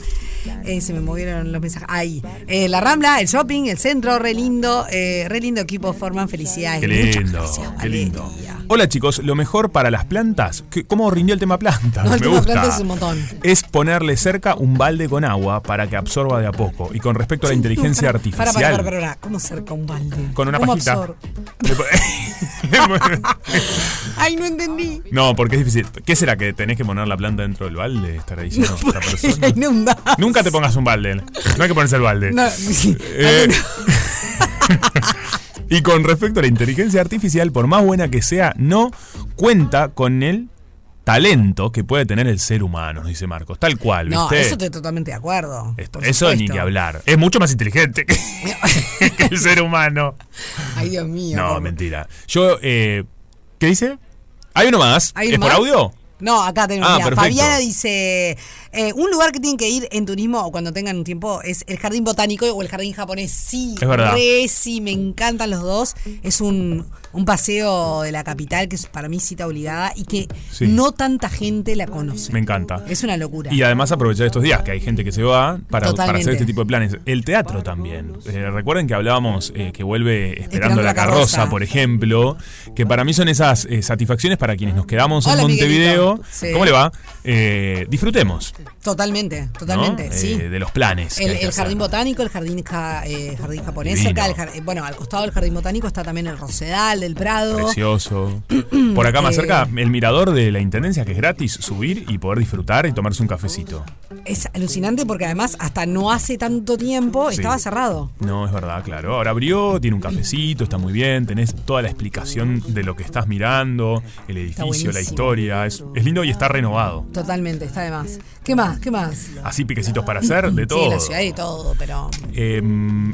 Speaker 2: Eh, se me movieron los mensajes. Ahí. Eh, la Rambla, el shopping, el centro, re lindo. eh, re lindo equipo, forman felicidades.
Speaker 3: Qué
Speaker 2: Muchas
Speaker 3: lindo,
Speaker 2: gracias,
Speaker 3: qué lindo.
Speaker 2: Valeria.
Speaker 3: Hola chicos, lo mejor para las plantas, ¿qué- ¿cómo rindió el tema plantas?
Speaker 2: No, el
Speaker 3: Me
Speaker 2: tema
Speaker 3: gusta.
Speaker 2: plantas es un montón.
Speaker 3: Es ponerle cerca un balde con agua para que absorba de a poco. Y con respecto a la inteligencia
Speaker 2: Para,
Speaker 3: artificial,
Speaker 2: Para, para, para, para. ¿Cómo cerca un balde?
Speaker 3: con una
Speaker 2: ¿Cómo
Speaker 3: pajita.
Speaker 2: absorbe?
Speaker 3: Le po-
Speaker 2: Ay, no entendí.
Speaker 3: no, porque es difícil. ¿Qué será que tenés que poner la planta dentro del balde? Estará diciendo esta persona.
Speaker 2: Inundás.
Speaker 3: Nunca te pongas un balde. No hay que ponerse el balde.
Speaker 2: No, sí.
Speaker 3: Eh, y con respecto a la inteligencia artificial, por más buena que sea, no cuenta con el talento que puede tener el ser humano, nos dice Marcos. Tal cual,
Speaker 2: No,
Speaker 3: ¿viste?
Speaker 2: eso estoy totalmente de acuerdo.
Speaker 3: Esto-
Speaker 2: por
Speaker 3: eso ni
Speaker 2: supuesto.
Speaker 3: que hablar. Es mucho más inteligente que, que el ser humano.
Speaker 2: Ay, Dios mío.
Speaker 3: No,
Speaker 2: ¿cómo?
Speaker 3: mentira. Yo, eh, ¿qué dice? ¿Hay uno más?
Speaker 2: ¿Hay
Speaker 3: ¿Es
Speaker 2: uno
Speaker 3: por
Speaker 2: más?
Speaker 3: audio?
Speaker 2: No, acá tenemos.
Speaker 3: Ah,
Speaker 2: mira,
Speaker 3: perfecto.
Speaker 2: Fabiana dice: Eh, un lugar que tienen que ir en turismo o cuando tengan un tiempo es el jardín botánico o el jardín japonés. Sí,
Speaker 3: Es verdad.
Speaker 2: re sí, me encantan los dos. Es un, un paseo de la capital que es para mí cita obligada y que
Speaker 3: Sí.
Speaker 2: no tanta gente la conoce.
Speaker 3: Me encanta.
Speaker 2: Es una locura.
Speaker 3: Y además aprovechar estos días que hay gente que se va para, para
Speaker 2: Totalmente.
Speaker 3: hacer este tipo de planes. El teatro también. Eh, recuerden que hablábamos eh, que vuelve Esperando la Carroza, por ejemplo, que para mí son esas eh, satisfacciones para quienes nos quedamos
Speaker 2: Hola,
Speaker 3: en Montevideo.
Speaker 2: Miguelito. Sí.
Speaker 3: ¿Cómo le va? Eh, disfrutemos ¿no?
Speaker 2: Totalmente, totalmente,
Speaker 3: Eh,
Speaker 2: sí.
Speaker 3: de los planes. que
Speaker 2: El,
Speaker 3: hay que
Speaker 2: el
Speaker 3: hacer.
Speaker 2: jardín botánico, el jardín, ja- eh, jardín japonés,
Speaker 3: Divino.
Speaker 2: cerca del jar- eh, bueno, al costado del jardín botánico está también el Rosedal, del Prado.
Speaker 3: Precioso. Por acá más
Speaker 2: Eh,
Speaker 3: cerca, el mirador de la Intendencia, que es gratis, subir y poder disfrutar y tomarse un cafecito.
Speaker 2: Es alucinante porque además hasta no hace tanto tiempo
Speaker 3: Sí.
Speaker 2: estaba cerrado.
Speaker 3: No, es verdad, claro. Ahora abrió, tiene un cafecito, está muy bien, tenés toda la explicación de lo que estás mirando, el edificio, la
Speaker 2: buenísimo.
Speaker 3: historia. Es, es lindo y está renovado.
Speaker 2: Totalmente, está de más. ¿Qué más? ¿Qué más?
Speaker 3: Así piquecitos para hacer, de todo.
Speaker 2: Sí, la ciudad y todo, pero
Speaker 3: Eh,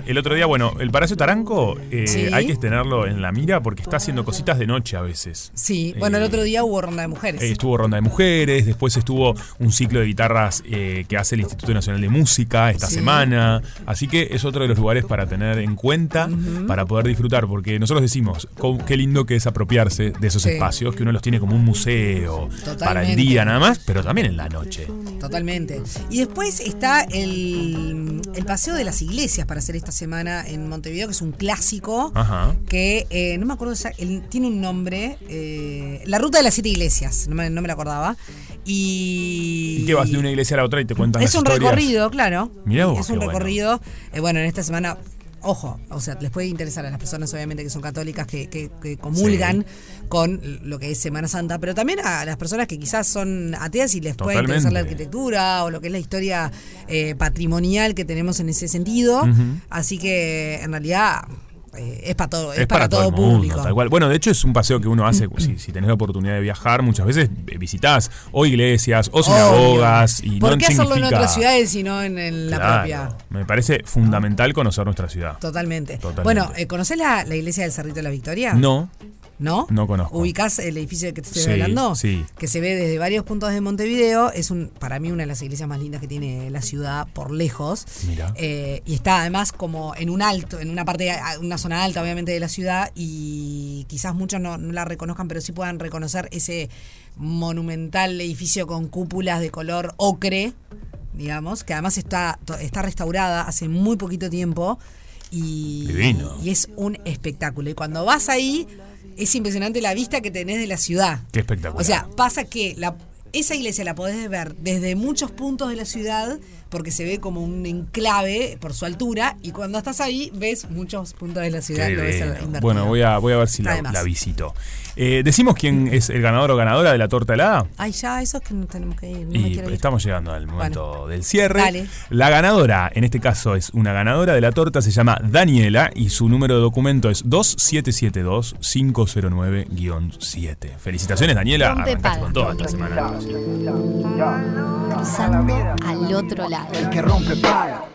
Speaker 3: el otro día, bueno, el Palacio Taranco eh,
Speaker 2: Sí.
Speaker 3: hay que tenerlo en la mira porque está haciendo cositas de noche a veces.
Speaker 2: sí. Bueno, el
Speaker 3: Eh,
Speaker 2: otro día hubo ronda de mujeres.
Speaker 3: Eh, Estuvo Ronda de Mujeres, después estuvo un ciclo de guitarras eh, que hace el Instituto Nacional de Música esta
Speaker 2: Sí.
Speaker 3: semana. Así que es otro de los lugares para tener en cuenta, para poder disfrutar, porque nosotros decimos co- qué lindo que es apropiarse de esos
Speaker 2: Sí.
Speaker 3: espacios, que uno los tiene como un museo para el
Speaker 2: Totalmente.
Speaker 3: día nada más, pero también en la noche.
Speaker 2: Totalmente. Y después está el, el paseo de las iglesias para hacer esta semana en Montevideo, que es un clásico.
Speaker 3: Ajá.
Speaker 2: que eh, no me acuerdo, esa- el- tiene un nombre, eh, La Ruta de las Siete Iglesias, no me, no me la acordaba. Y,
Speaker 3: ¿Y qué vas de una iglesia a la otra y te cuentan
Speaker 2: Es
Speaker 3: las
Speaker 2: un
Speaker 3: historias?
Speaker 2: recorrido, claro.
Speaker 3: Mirá vos,
Speaker 2: es un
Speaker 3: qué bueno.
Speaker 2: recorrido, eh, bueno. en esta semana... Ojo, o sea, les puede interesar a las personas obviamente que son católicas, que, que- que comulgan con lo que es Semana Santa, pero también a las personas que quizás son ateas y les puede
Speaker 3: Totalmente.
Speaker 2: interesar la arquitectura o lo que es la historia eh, patrimonial que tenemos en ese sentido. Así que en realidad eh, es para todo, es, para, todo,
Speaker 3: el mundo,
Speaker 2: público.
Speaker 3: tal cual. Bueno, de hecho es un paseo que uno hace, si, si tenés la oportunidad de viajar, muchas veces eh, visitás o iglesias o sinagogas
Speaker 2: Obvio.
Speaker 3: y
Speaker 2: ¿Por
Speaker 3: no
Speaker 2: qué hacerlo en
Speaker 3: significa-
Speaker 2: otras ciudades y no en, en la
Speaker 3: Claro,
Speaker 2: propia?
Speaker 3: Me parece fundamental conocer nuestra ciudad.
Speaker 2: Totalmente.
Speaker 3: Totalmente.
Speaker 2: Bueno, eh, ¿conocés la, la iglesia del Cerrito de la Victoria?
Speaker 3: No,
Speaker 2: ¿No?
Speaker 3: No conozco.
Speaker 2: ¿Ubicás el edificio del que te estoy
Speaker 3: Sí,
Speaker 2: hablando?
Speaker 3: sí.
Speaker 2: Que se ve desde varios puntos de Montevideo. Es un, para mí una de las iglesias más lindas que tiene la ciudad por lejos.
Speaker 3: Mirá.
Speaker 2: Eh, y está además como en un alto, en una parte, una zona alta obviamente de la ciudad. Y quizás muchos no, no la reconozcan, pero sí puedan reconocer ese monumental edificio con cúpulas de color ocre, digamos, que además está, to- está restaurada hace muy poquito tiempo. Y,
Speaker 3: Divino.
Speaker 2: y es un espectáculo. Y cuando vas ahí, es impresionante la vista que tenés de la ciudad.
Speaker 3: Qué espectacular.
Speaker 2: O sea, pasa que la, esa iglesia la podés ver desde muchos puntos de la ciudad, porque se ve como un enclave por su altura, y cuando estás ahí, ves muchos puntos de la ciudad.
Speaker 3: qué
Speaker 2: lo ves
Speaker 3: bien.
Speaker 2: invertido.
Speaker 3: bueno, voy a, voy a ver si
Speaker 2: Está
Speaker 3: la,
Speaker 2: de más.
Speaker 3: la visito. Eh, Decimos quién es el ganador o ganadora de la torta helada.
Speaker 2: Ay, ya, eso es que no tenemos que ir. No me
Speaker 3: Y
Speaker 2: quiero ir.
Speaker 3: estamos llegando al momento del cierre.
Speaker 2: Dale.
Speaker 3: La ganadora, en este caso es una ganadora de la torta, se llama Daniela y su número de documento es 2772-509-7. Felicitaciones, Daniela.
Speaker 5: Rompe
Speaker 3: Arrancaste
Speaker 5: paga.
Speaker 3: con todo esta semana.
Speaker 5: cruzando al otro lado.
Speaker 9: que rompe paga.